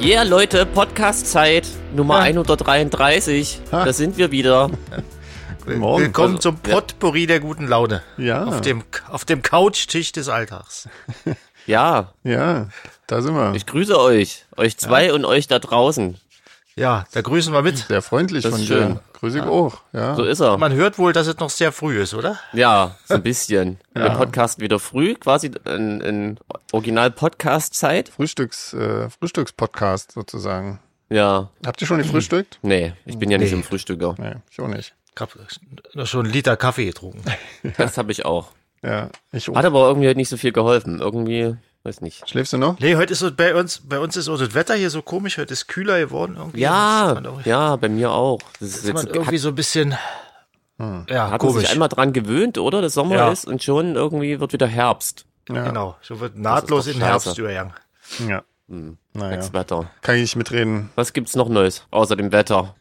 Yeah, Leute, Podcast-Zeit Nummer 133. Da sind wir wieder. Morgen. also, Willkommen zum Potpourri der guten Laune. Ja. Auf dem, auf dem Couchtisch des Alltags. Ja, Ja, da sind wir. ich grüße euch, euch zwei und euch da draußen. Ja, da grüßen wir mit. Sehr freundlich Das von ist dir. schön. Grüße ich auch. Ja. So ist er. Man hört wohl, dass es noch sehr früh ist, oder? Ja, so ein bisschen. Wir podcasten wieder früh, quasi in, in Original-Podcast-Zeit. Frühstücks, äh, Frühstückspodcast sozusagen. Ja, Habt ihr schon gefrühstückt? nee, ich bin ja nicht Nee. im Frühstücker. Nee, ich auch nicht. Ich habe noch schon einen Liter Kaffee getrunken. Das habe ich auch. Ja, ich auch. Hat aber irgendwie heute nicht so viel geholfen. Irgendwie, weiß nicht. Schläfst du noch? Nee, heute ist so bei uns, bei uns ist so das Wetter hier so komisch, heute ist kühler geworden irgendwie. Das Ja, ist man auch- ja, bei mir auch. Das ist Ist man jetzt, irgendwie so ein bisschen Ah. ja, hat man sich komisch. einmal dran gewöhnt, oder? Dass Sommer Ja. ist und schon irgendwie wird wieder Herbst. Genau, so wird nahtlos doch in den scheiße. Herbst übergangen. Ja. Das Naja, Wetter. kann ich nicht mitreden. Was gibt's noch Neues außer dem Wetter?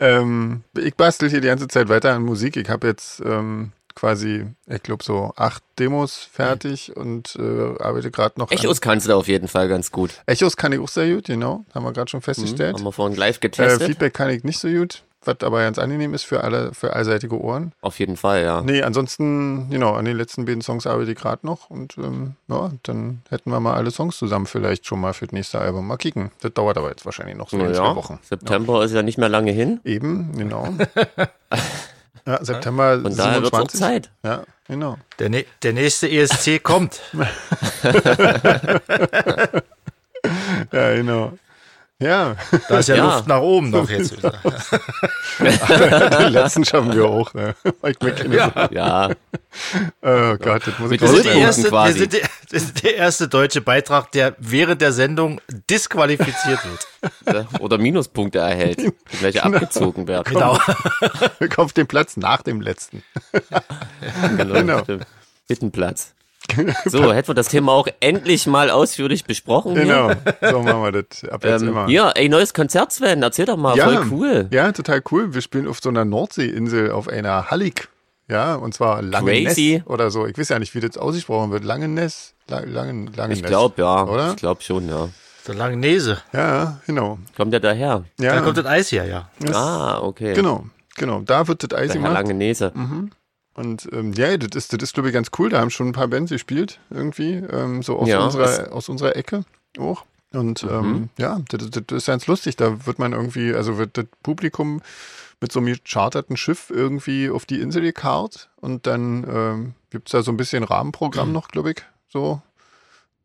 Ähm, ich bastel hier die ganze Zeit weiter an Musik. Ich habe jetzt ähm, quasi, ich glaube, so acht Demos fertig und äh, arbeite gerade noch Hm. Echos kannst du auf jeden Fall ganz gut. an. Echos kann ich auch sehr gut, genau. Haben wir gerade schon festgestellt. Hm, Haben wir vorhin live Äh, getestet. Feedback kann ich nicht so gut, was aber ganz angenehm ist für alle, für allseitige Ohren. auf jeden Fall, ja. Nee, ansonsten, genau, an den letzten beiden Songs arbeite ich gerade noch und ähm, ja, dann hätten wir mal alle Songs zusammen vielleicht schon mal für das nächste Album. Mal kicken. Das dauert aber jetzt wahrscheinlich noch so ein, zwei Naja, Wochen. September ist ja nicht mehr lange hin. Eben, genau. ja, September Von daher wird's auch 27. Zeit. Ja, genau. Der, nä- der nächste ESC kommt. Ja, genau. Ja, Da ist ja, Ja. Luft nach oben noch jetzt. wieder. den letzten schaffen wir auch. Ne? Mike McKinnon. Ja, Oh Gott, das muss Mit ich Wir raus- sind, der Goldpunkten erste, wir quasi. sind der, wir sind der erste deutsche Beitrag, der während der Sendung disqualifiziert wird. äh, oder Minuspunkte erhält, die gleich abgezogen werden. Genau. auf den Platz nach dem letzten. genau. Genau. stimmt. Hittenplatz. So, hätten wir das Thema auch endlich mal ausführlich besprochen. hier. Genau, so machen wir das. Ab jetzt Ähm, immer. ja, ey, neues Konzert, Sven, erzähl doch mal, voll cool. Ja, total cool. Wir spielen auf so einer Nordseeinsel auf einer Hallig. Ja, und zwar Langeness Crazy. oder so. Ich weiß ja nicht, wie das ausgesprochen wird. Langeness? La- Langen, Langeness. Ich glaube, ja. Oder? Ich glaube schon, ja. Der Langnese. Ja, genau. Kommt der daher? Ja, Da kommt das Eis her, ja. das- Ah, okay. Genau, genau. Da wird das Eis Der Herr gemacht. Lange Nese. Mhm. Und ähm, ja, das ist, das ist glaube ich, ganz cool. Da haben schon ein paar Bands gespielt, irgendwie, ähm, so aus, Ja, Mhm. unserer, aus unserer Ecke auch. Und ähm, ja, das, das das ist ganz lustig. Da wird man irgendwie, also wird das Publikum mit so einem gecharterten Schiff irgendwie auf die Insel gekarrt. Und dann ähm, gibt es da so ein bisschen Rahmenprogramm noch, glaube ich, so.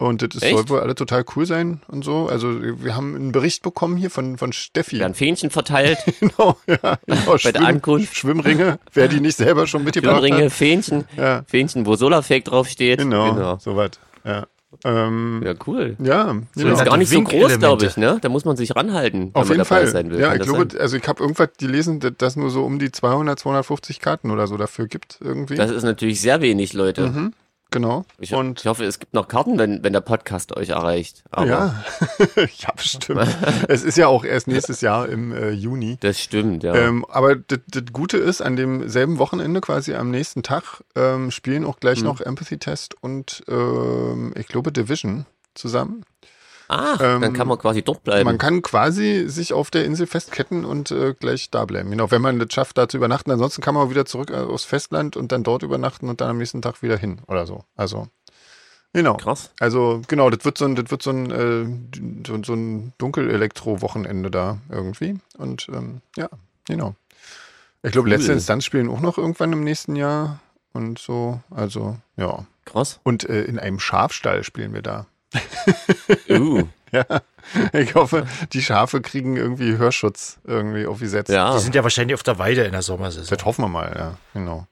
Und das Mhm. Echt? soll wohl alle total cool sein und so. Also wir haben einen Bericht bekommen hier von, von Steffi. Werden Fähnchen verteilt, Genau, ja. Genau, Bei der Ankunft. Schwimmringe, wer die nicht selber schon mitgebracht hat. Türringe, Fähnchen, Ja. Fähnchen, wo Solarfake draufsteht. Genau, so weit. Ja, ähm, Ja, cool. ja Das genau. ist Ja, gar die nicht so groß, Winkelemente. glaube ich, ne? Da muss man sich ranhalten, auf wenn man jeden dabei Fall. sein will. ja, Kann ich das glaube, sein? also ich habe irgendwas gelesen, dass das nur so um die 200, 250 Karten oder so dafür gibt irgendwie. Das ist natürlich sehr wenig, Leute. genau. Ich, Und ich hoffe, es gibt noch Karten, wenn, wenn der Podcast euch erreicht. Aber ja, ja, bestimmt. es ist ja auch erst nächstes Jahr im äh, Juni. das stimmt, ja. Ähm, aber das das Gute ist, an demselben Wochenende, quasi am nächsten Tag, ähm, spielen auch Mhm. gleich noch Empathy Test und ähm, ich glaube Division zusammen. ah, dann ähm, kann man quasi dort bleiben. Man kann quasi sich auf der Insel festketten und äh, gleich da bleiben. Genau, wenn man das schafft, da zu übernachten. Ansonsten kann man wieder zurück äh, aufs Festland und dann dort übernachten und dann am nächsten Tag wieder hin oder so. Also, genau. Krass. Also, genau, das wird so ein, das wird so ein, äh, so, so ein Dunkelelektro-Wochenende da irgendwie. Und ähm, ja, genau. Ich glaube, letzte Cool. Instanz spielen auch noch irgendwann im nächsten Jahr und so. Also, ja. Krass. Und äh, in einem Schafstall spielen wir da. Uh, Ja, ich hoffe, die Schafe kriegen irgendwie Hörschutz irgendwie aufgesetzt. ja, Die sind ja wahrscheinlich auf der Weide in der Sommersaison. Das hoffen wir mal, ja, genau.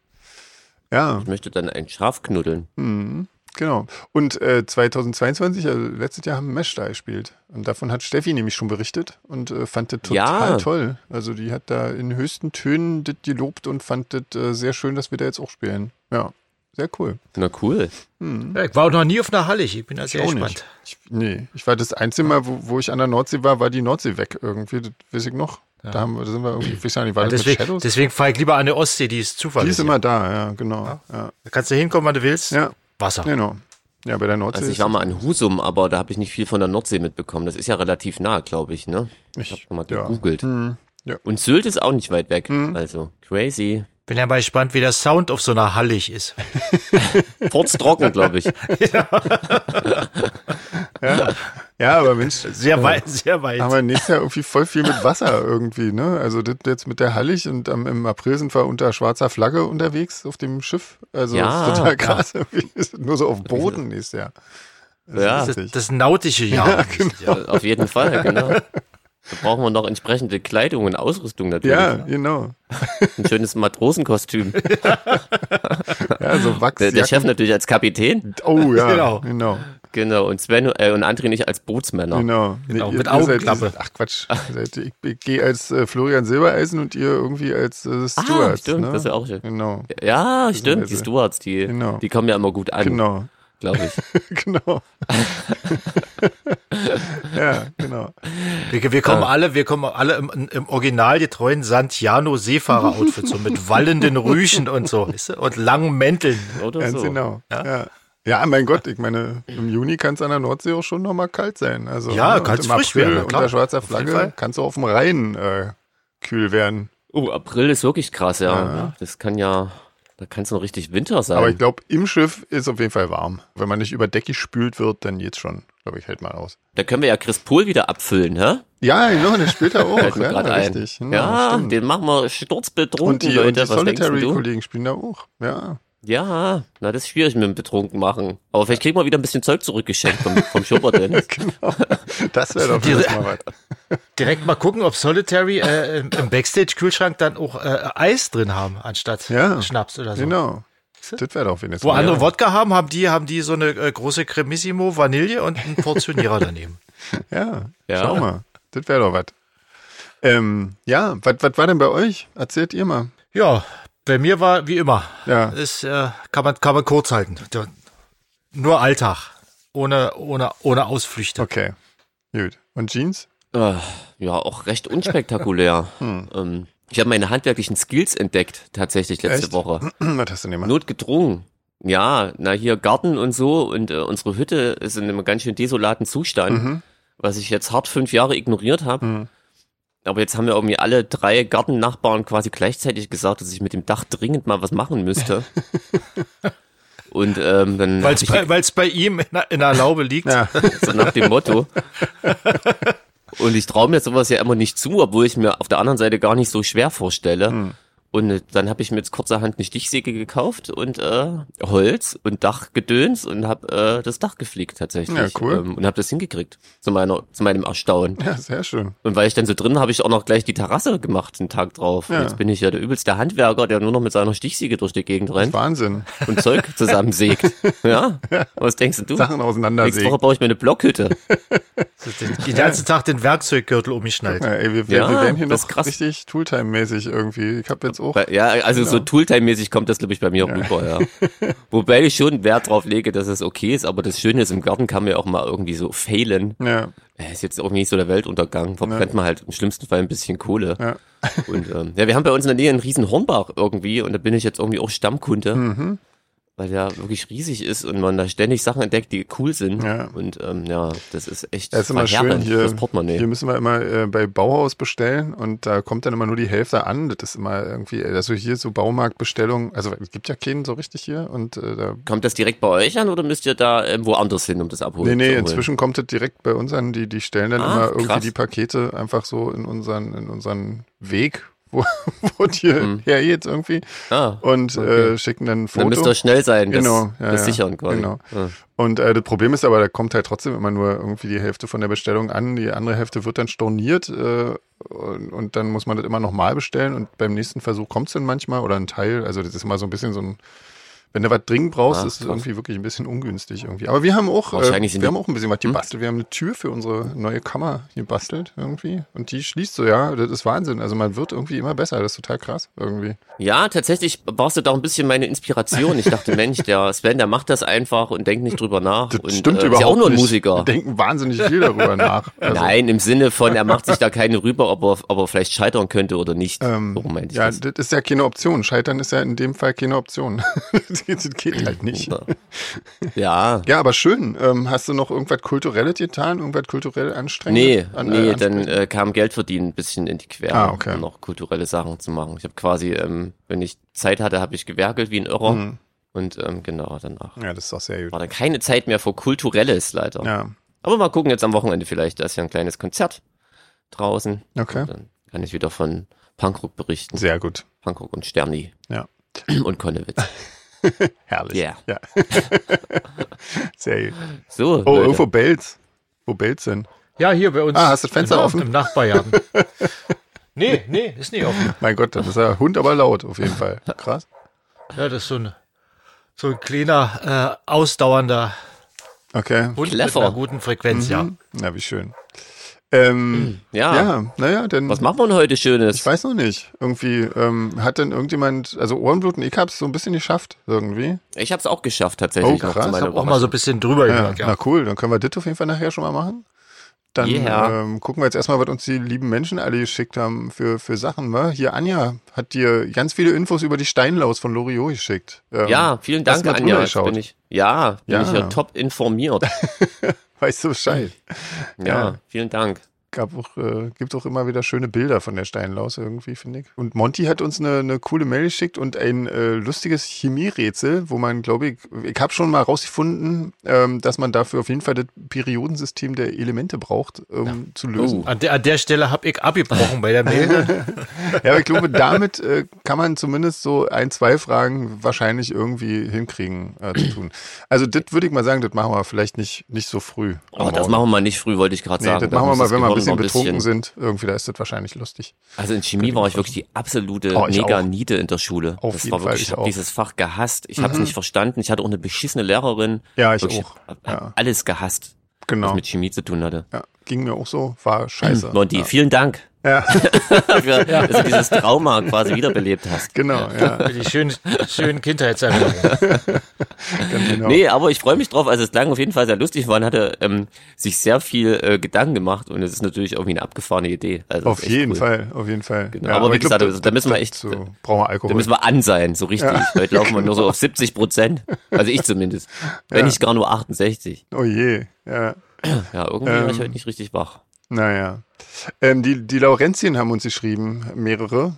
Ja, ich möchte dann ein Schaf knuddeln. mhm, genau. Und äh, 2022, also letztes Jahr, haben Mesh da gespielt. Und davon hat Steffi nämlich schon berichtet und äh, fand das total Ja. toll. Also die hat da in höchsten Tönen das gelobt und fand das äh, sehr schön, dass wir da jetzt auch spielen. Ja, sehr cool. Na cool. Ja, ich war auch noch nie auf einer Hallig. Ich bin da sehr auch gespannt. Ich, nee, ich war das einzige Mal, wo, wo ich an der Nordsee war, war die Nordsee weg irgendwie. Das weiß ich noch. Da, haben wir, da sind wir irgendwie, ich weiß gar nicht, war Ja, das mit deswegen Shadows? deswegen fahre ich lieber an der Ostsee, die ist Die ist zuverlässig. immer da, ja, genau. Ja, Da kannst du hinkommen, wann du willst. ja Wasser. genau. Ja, bei der Nordsee. Also ich ist- war mal an Husum, aber da habe ich nicht viel von der Nordsee mitbekommen. Das ist ja relativ nah, glaube ich, ne? Ich Ich- habe mal ja. gegoogelt. Hm, ja. Hm. Und Sylt ist auch nicht weit weg. Also crazy. Bin ja mal gespannt, wie der Sound auf so einer Hallig ist. Porztrocken, glaube ich. ja, aber Mensch, Sehr weit, sehr weit. haben wir nächstes Jahr irgendwie voll viel mit Wasser irgendwie, ne? Also das jetzt mit der Hallig und am, im April sind wir unter schwarzer Flagge unterwegs auf dem Schiff. Also Ja, das ist total ja. krass. irgendwie. Wir sind Nur so auf dem Boden nächstes Jahr. Ja, das, ist das nautische Jahr. genau. nächstes Jahr. auf jeden Fall, genau. Da brauchen wir noch entsprechende Kleidung und Ausrüstung natürlich. Ja, genau. Ein schönes Matrosenkostüm. Ja, so Wachs. Der, der Chef natürlich als Kapitän. Oh ja, Genau. genau. Genau. Genau. Und Sven äh, und André nicht als Bootsmänner. genau. Genau, ihr- mit ihr seid- Augenklappe. ach Quatsch. Ihr Seid, ich ich gehe als äh, Florian Silbereisen und ihr irgendwie als äh, Stuart. Ah, stimmt, ne? das ist ja auch schön. Genau. Ja, stimmt. Die Also, Stewards, die, genau. die kommen ja immer gut an, Genau. glaube ich. genau. ja, genau. Wir, wir kommen alle, wir kommen alle im, im original getreuen Santiano Seefahrer-Outfit, so mit wallenden Rüschen und so, weißt du? und langen Mänteln. Oder Ganz so. genau. Ja. ja. mein Gott, ich meine, im Juni kann es an der Nordsee auch schon nochmal kalt sein. Also, Ja, ne, und kann's im frisch April werden, na klar. Unter schwarzer Auf jeden Flagge Fall. kannst du auf dem Rhein äh, kühl werden. Oh, April ist wirklich krass, ja. Das kann ja, da kann es noch richtig Winter sein. Aber ich glaube, im Schiff ist auf jeden Fall warm. Wenn man nicht überdeckig spült wird, dann jetzt schon. Glaube ich, hält mal aus. da können wir ja Chris Pohl wieder abfüllen, hä? Ja, genau, das spielt er auch. Fällt mir ja, gerade ein. richtig. Genau, ja, stimmt. den machen wir sturzbetrunken, und die, Leute. und die Was denkst du? Solitary-Kollegen spielen da auch. Ja. Ja, na, das ist schwierig mit dem Betrunken machen. Aber vielleicht kriegen wir wieder ein bisschen Zeug zurückgeschenkt vom, vom Schubert, Dennis. genau. Das wäre doch Die- jetzt mal was. Direkt mal gucken, ob Solitary äh, im- im Backstage-Kühlschrank dann auch äh, Eis drin haben, anstatt Ja. Schnaps oder so. Genau. Das wäre doch wenigstens. Wo mal andere was. Wodka haben, haben die, haben die so eine äh, große Cremissimo Vanille und einen Portionierer daneben. Ja, Ja. schau mal. Das wäre doch was. Ähm, ja, was war denn bei euch? Erzählt ihr mal. Ja, bei mir war wie immer. Ja. Ist, äh, kann, man, kann man kurz halten. Der- Nur Alltag. Ohne, ohne, ohne Ausflüchte. Okay. Gut. Und Jeans? Äh, ja, auch recht unspektakulär. Hm. Ähm, ich habe meine handwerklichen Skills entdeckt, tatsächlich letzte Echt? Woche. was hast du denn gemacht? Notgedrungen. Ja, na hier Garten und so und äh, unsere Hütte ist in einem ganz schön desolaten Zustand, Mhm. was ich jetzt hart fünf Jahre ignoriert habe. Aber jetzt haben wir irgendwie alle drei Gartennachbarn quasi gleichzeitig gesagt, dass ich mit dem Dach dringend mal was machen müsste. und ähm, dann Weil es hab ich bei, weil's bei ihm in der, in der Laube liegt. Ja. so nach dem Motto. Und ich traue mir sowas ja immer nicht zu, obwohl ich mir auf der anderen Seite gar nicht so schwer vorstelle. Hm. Und äh, dann habe ich mir jetzt kurzerhand eine Stichsäge gekauft und äh, Holz und Dachgedöns und habe äh, das Dach gefliegt tatsächlich. Ja, cool. Ähm, und habe das hingekriegt, zu, meiner, zu meinem Erstaunen. ja, sehr schön. Und weil ich dann so drin habe ich auch noch gleich die Terrasse gemacht, einen Tag drauf. Ja. Und jetzt bin ich ja der übelste Handwerker, der nur noch mit seiner Stichsäge durch die Gegend rennt Wahnsinn. und Zeug zusammensägt. ja? Was denkst du? Sachen Nächste Woche auseinandersägen. baue ich mir eine Blockhütte. Den, den ganzen Tag den Werkzeuggürtel um umgeschnallt. Ja, ey, wir, wir, Ja, wir werden hier das noch ist krass. richtig Tooltime-mäßig irgendwie. Ich habe jetzt auch. Bei- Ja, also Genau. so Tooltime-mäßig kommt das, glaube ich, bei mir rüber, ja. Wobei ich schon Wert drauf lege, dass es okay ist, aber das Schöne ist, im Garten kann man ja auch mal irgendwie so failen. Ja, Äh, Ist jetzt auch nicht so der Weltuntergang. Verbrennt man halt im schlimmsten Fall ein bisschen Kohle. Ja. Und ähm, ja, wir haben bei uns in der Nähe einen riesen Hornbach irgendwie und da bin ich jetzt irgendwie auch Stammkunde. Mhm. Weil der wirklich riesig ist und man da ständig Sachen entdeckt, die cool sind. Ja. Und ähm, ja, das ist echt das ist immer schön verheerend hier. fürs Portemonnaie. Hier müssen wir immer äh, bei Bauhaus bestellen und da kommt dann immer nur die Hälfte an. Das ist immer irgendwie, also hier so Baumarktbestellungen. Also es gibt ja keinen so richtig hier und äh, da Kommt das direkt bei euch an oder müsst ihr da ähm, woanders hin, um das abholen? Nee, nee, zu holen? inzwischen kommt es direkt bei uns an. Die, die stellen dann Ah, immer irgendwie krass. die Pakete einfach so in unseren, in unseren Weg, wo, wo die hergeht irgendwie. Ah, Und äh, schicken dann ein Hm. Dann Foto. müsst ihr schnell sein, das, Genau, ja, das ja, sichern quasi. genau. Ja. Und äh, das Problem ist aber, da kommt halt trotzdem immer nur irgendwie die Hälfte von der Bestellung an. Die andere Hälfte wird dann storniert äh, und, und dann muss man das immer nochmal bestellen. Und beim nächsten Versuch kommt es dann manchmal oder ein Teil. Also das ist immer so ein bisschen so ein. Wenn du was dringend brauchst, Ah, ist es krass. irgendwie wirklich ein bisschen ungünstig irgendwie. Aber wir haben auch, Wahrscheinlich sind äh, Hm? wir die- haben auch ein bisschen was gebastelt. Wir haben eine Tür für unsere neue Kammer gebastelt irgendwie. Und die schließt so, ja, das ist Wahnsinn. Also man wird irgendwie immer besser. Das ist total krass irgendwie. ja, tatsächlich warst du da auch ein bisschen meine Inspiration. Ich dachte, Mensch, der Sven, der macht das einfach und denkt nicht drüber nach. Das und, stimmt äh, überhaupt Ist ja auch nur ein nicht. Musiker. Wir denken wahnsinnig viel darüber nach. Also, Nein, im Sinne von, er macht sich da keine rüber, ob er, ob er vielleicht scheitern könnte oder nicht. Warum meinte ich Ähm, Ja, das? das ist ja keine Option. Scheitern ist ja in dem Fall keine Option. das geht halt nicht. Ja. Ja, aber schön. Ähm, hast du noch irgendwas Kulturelles getan? Irgendwas kulturell anstrengendes? Nee, An- äh, nee, dann ansprechendes? äh, kam Geld verdienen ein bisschen in die Quere, Ah, okay. um noch kulturelle Sachen zu machen. Ich habe quasi, ähm, wenn ich Zeit hatte, habe ich gewerkelt wie ein Irrer. Mhm. Und ähm, genau, danach Ja, das ist doch sehr gut. war dann keine Zeit mehr für Kulturelles leider. Ja, Aber mal gucken jetzt am Wochenende vielleicht. Da ist ja ein kleines Konzert draußen. okay. Dann kann ich wieder von Punkrock berichten. Sehr gut. Punkrock und Sterni. Ja. Und Konnewitz. Herrlich. Yeah. Ja. sehr gut. So. Oh, Leute. irgendwo bellt. Wo bellt's denn? Ja, hier bei uns. Ah, hast du das Fenster im, offen? Im Nachbarjahren. nee, nee, ist nicht offen. Mein Gott, das ist der Hund aber laut auf jeden Fall. Krass. Ja, das ist so ein, so ein kleiner, äh, ausdauernder Okay. Hund mit Clever. einer guten Frequenz, ja. Na, wie schön. Ähm, Ja. ja, naja, dann. Ah. Was machen wir denn heute Schönes? Ich weiß noch nicht. Irgendwie ähm, hat denn irgendjemand, also Ohrenbluten, ich hab's so ein bisschen geschafft irgendwie. Ich habe es auch geschafft tatsächlich Oh, noch krass. zu meiner Hab Auch mal so ein bisschen drüber Ja, gehört, ja. na cool, dann können wir das auf jeden Fall nachher schon mal machen. Dann Yeah. ähm, gucken wir jetzt erstmal, was uns die lieben Menschen alle geschickt haben für, für Sachen. Ne? Hier, Anja hat dir ganz viele Infos über die Steinlaus von Loriot geschickt. Ähm, Ja, vielen hast Dank, du mal Anja. drüber Jetzt bin geschaut? ich, ja, bin Ja. ich ja top informiert. Weißt du Bescheid? Ja, Ja. vielen Dank. Gab auch, äh, gibt auch immer wieder schöne Bilder von der Steinlaus irgendwie, finde ich. Und Monty hat uns eine, eine coole Mail geschickt und ein äh, lustiges Chemierätsel, wo man, glaube ich, ich habe schon mal rausgefunden, ähm, dass man dafür auf jeden Fall das Periodensystem der Elemente braucht, um zu lösen. Oh. An, der, an der Stelle habe ich abgebrochen bei der Mail. Ja, aber ich glaube, damit äh, kann man zumindest so ein, zwei Fragen wahrscheinlich irgendwie hinkriegen äh, zu tun. Also das würde ich mal sagen, das machen wir vielleicht nicht, nicht so früh. am Oh, das Morgen. machen wir mal nicht früh, wollte ich gerade Nee, sagen. das Da machen wir muss mal, wenn wir ein Gehirn noch bisschen betrunken sind. Irgendwie, da ist das wahrscheinlich lustig. Also in Chemie war ich wirklich die absolute Oh, ich auch. Mega-Niete in der Schule. Auf das jeden war Fall, wirklich, ich ich auch. Mhm. habe dieses Fach gehasst. Ich habe es nicht verstanden. Ich hatte auch eine beschissene Lehrerin. Ja, ich auch. hab- hab Ja. Alles gehasst, was Genau. mit Chemie zu tun hatte. Ja, ging mir auch so, war scheiße. Monty, vielen Dank, Ja, dafür, dass du dieses Trauma quasi wiederbelebt hast. genau, ja, Die schönen, schönen Kindheitserinnerungen. ganz genau. Nee, aber ich freue mich drauf. Also es klang auf jeden Fall sehr lustig. Man hatte ähm, sich sehr viel äh, Gedanken gemacht und es ist natürlich irgendwie eine abgefahrene Idee. Also es Auf ist echt jeden cool. Fall, auf jeden Fall. Genau, aber wie ich glaub, gesagt, also da das- müssen wir echt- dazu brauchen wir Alkohol. Da müssen wir an sein, so richtig. Heute laufen wir nur so auf 70 Prozent. Also ich zumindest. Wenn nicht gar nur 68. oh je, ja. Ja, irgendwie war Ähm, ich heute nicht richtig wach. Naja. Ähm, die, die Laurentien haben uns geschrieben, mehrere.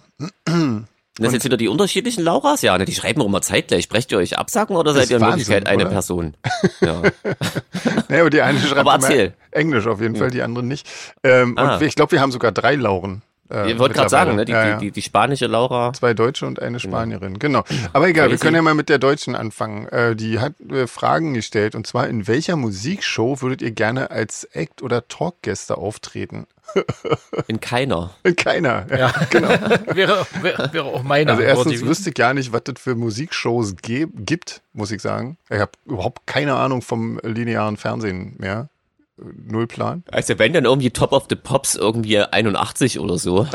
Und das sind jetzt wieder die unterschiedlichen Lauras? Ja, ne, die schreiben auch immer zeitgleich. Sprecht ihr euch absagen oder seid ist ihr in Wahnsinn, Wirklichkeit eine oder? Person? Ja. Naja, aber die eine schreibt Aber immer erzähl. Hm. Englisch auf jeden Fall, die andere nicht. Ähm, Ah. Und wir- ich glaube, wir haben sogar drei Lauren. Äh, Ihr wollt gerade sagen, ne? Die, mittlerweile. ja, Die, ja. die, die spanische Laura. Zwei Deutsche und eine Spanierin, genau. Aber egal, wir Crazy. können ja mal mit der Deutschen anfangen. Äh, die hat äh, Fragen gestellt und zwar, in welcher Musikshow würdet ihr gerne als Act- oder Talkgäste auftreten? In keiner. In keiner. Ja, genau. wäre, wäre, wäre auch meine Also Antwort erstens gewesen. wüsste ich gar nicht, was das für Musikshows ge- gibt, muss ich sagen. Ich habe überhaupt keine Ahnung vom linearen Fernsehen mehr. Äh, Null Plan. Also wenn dann irgendwie Top of the Pops irgendwie 81 oder so.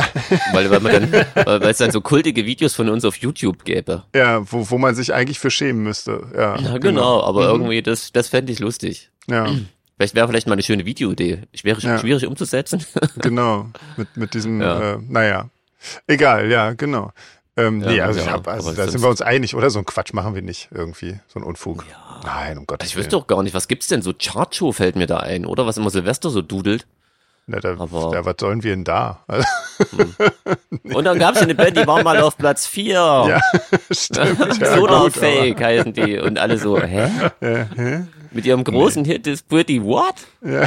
weil weil man dann, weil weil es dann so kultige Videos von uns auf YouTube gäbe. Ja, wo, wo man sich eigentlich für schämen müsste. Ja, Ja, genau, aber Mhm. irgendwie, das, das fände ich lustig. Ja, Vielleicht wäre vielleicht mal eine schöne Videoidee. Schwierig, Ja. schwierig umzusetzen. genau. Mit, mit diesem, Ja. äh, naja. Egal, ja, genau. Ähm, Ja, nee, also, ja, ich hab, also aber da sind sonst- wir uns einig, oder? So einen Quatsch machen wir nicht irgendwie. So einen Unfug. Nein, um Gottes Ich wüsste doch gar nicht, was gibt's denn? So Chartshow fällt mir da ein, oder? Was immer Silvester so dudelt. Na, da, aber- da, was sollen wir denn da? Also, Und dann gab's eine Band, die war mal auf Platz 4. Ja, stimmt. ja, gut, aber- Äh, Solarfake heißen die. Und alle so, hä? Mit ihrem großen Hit ist Pretty What?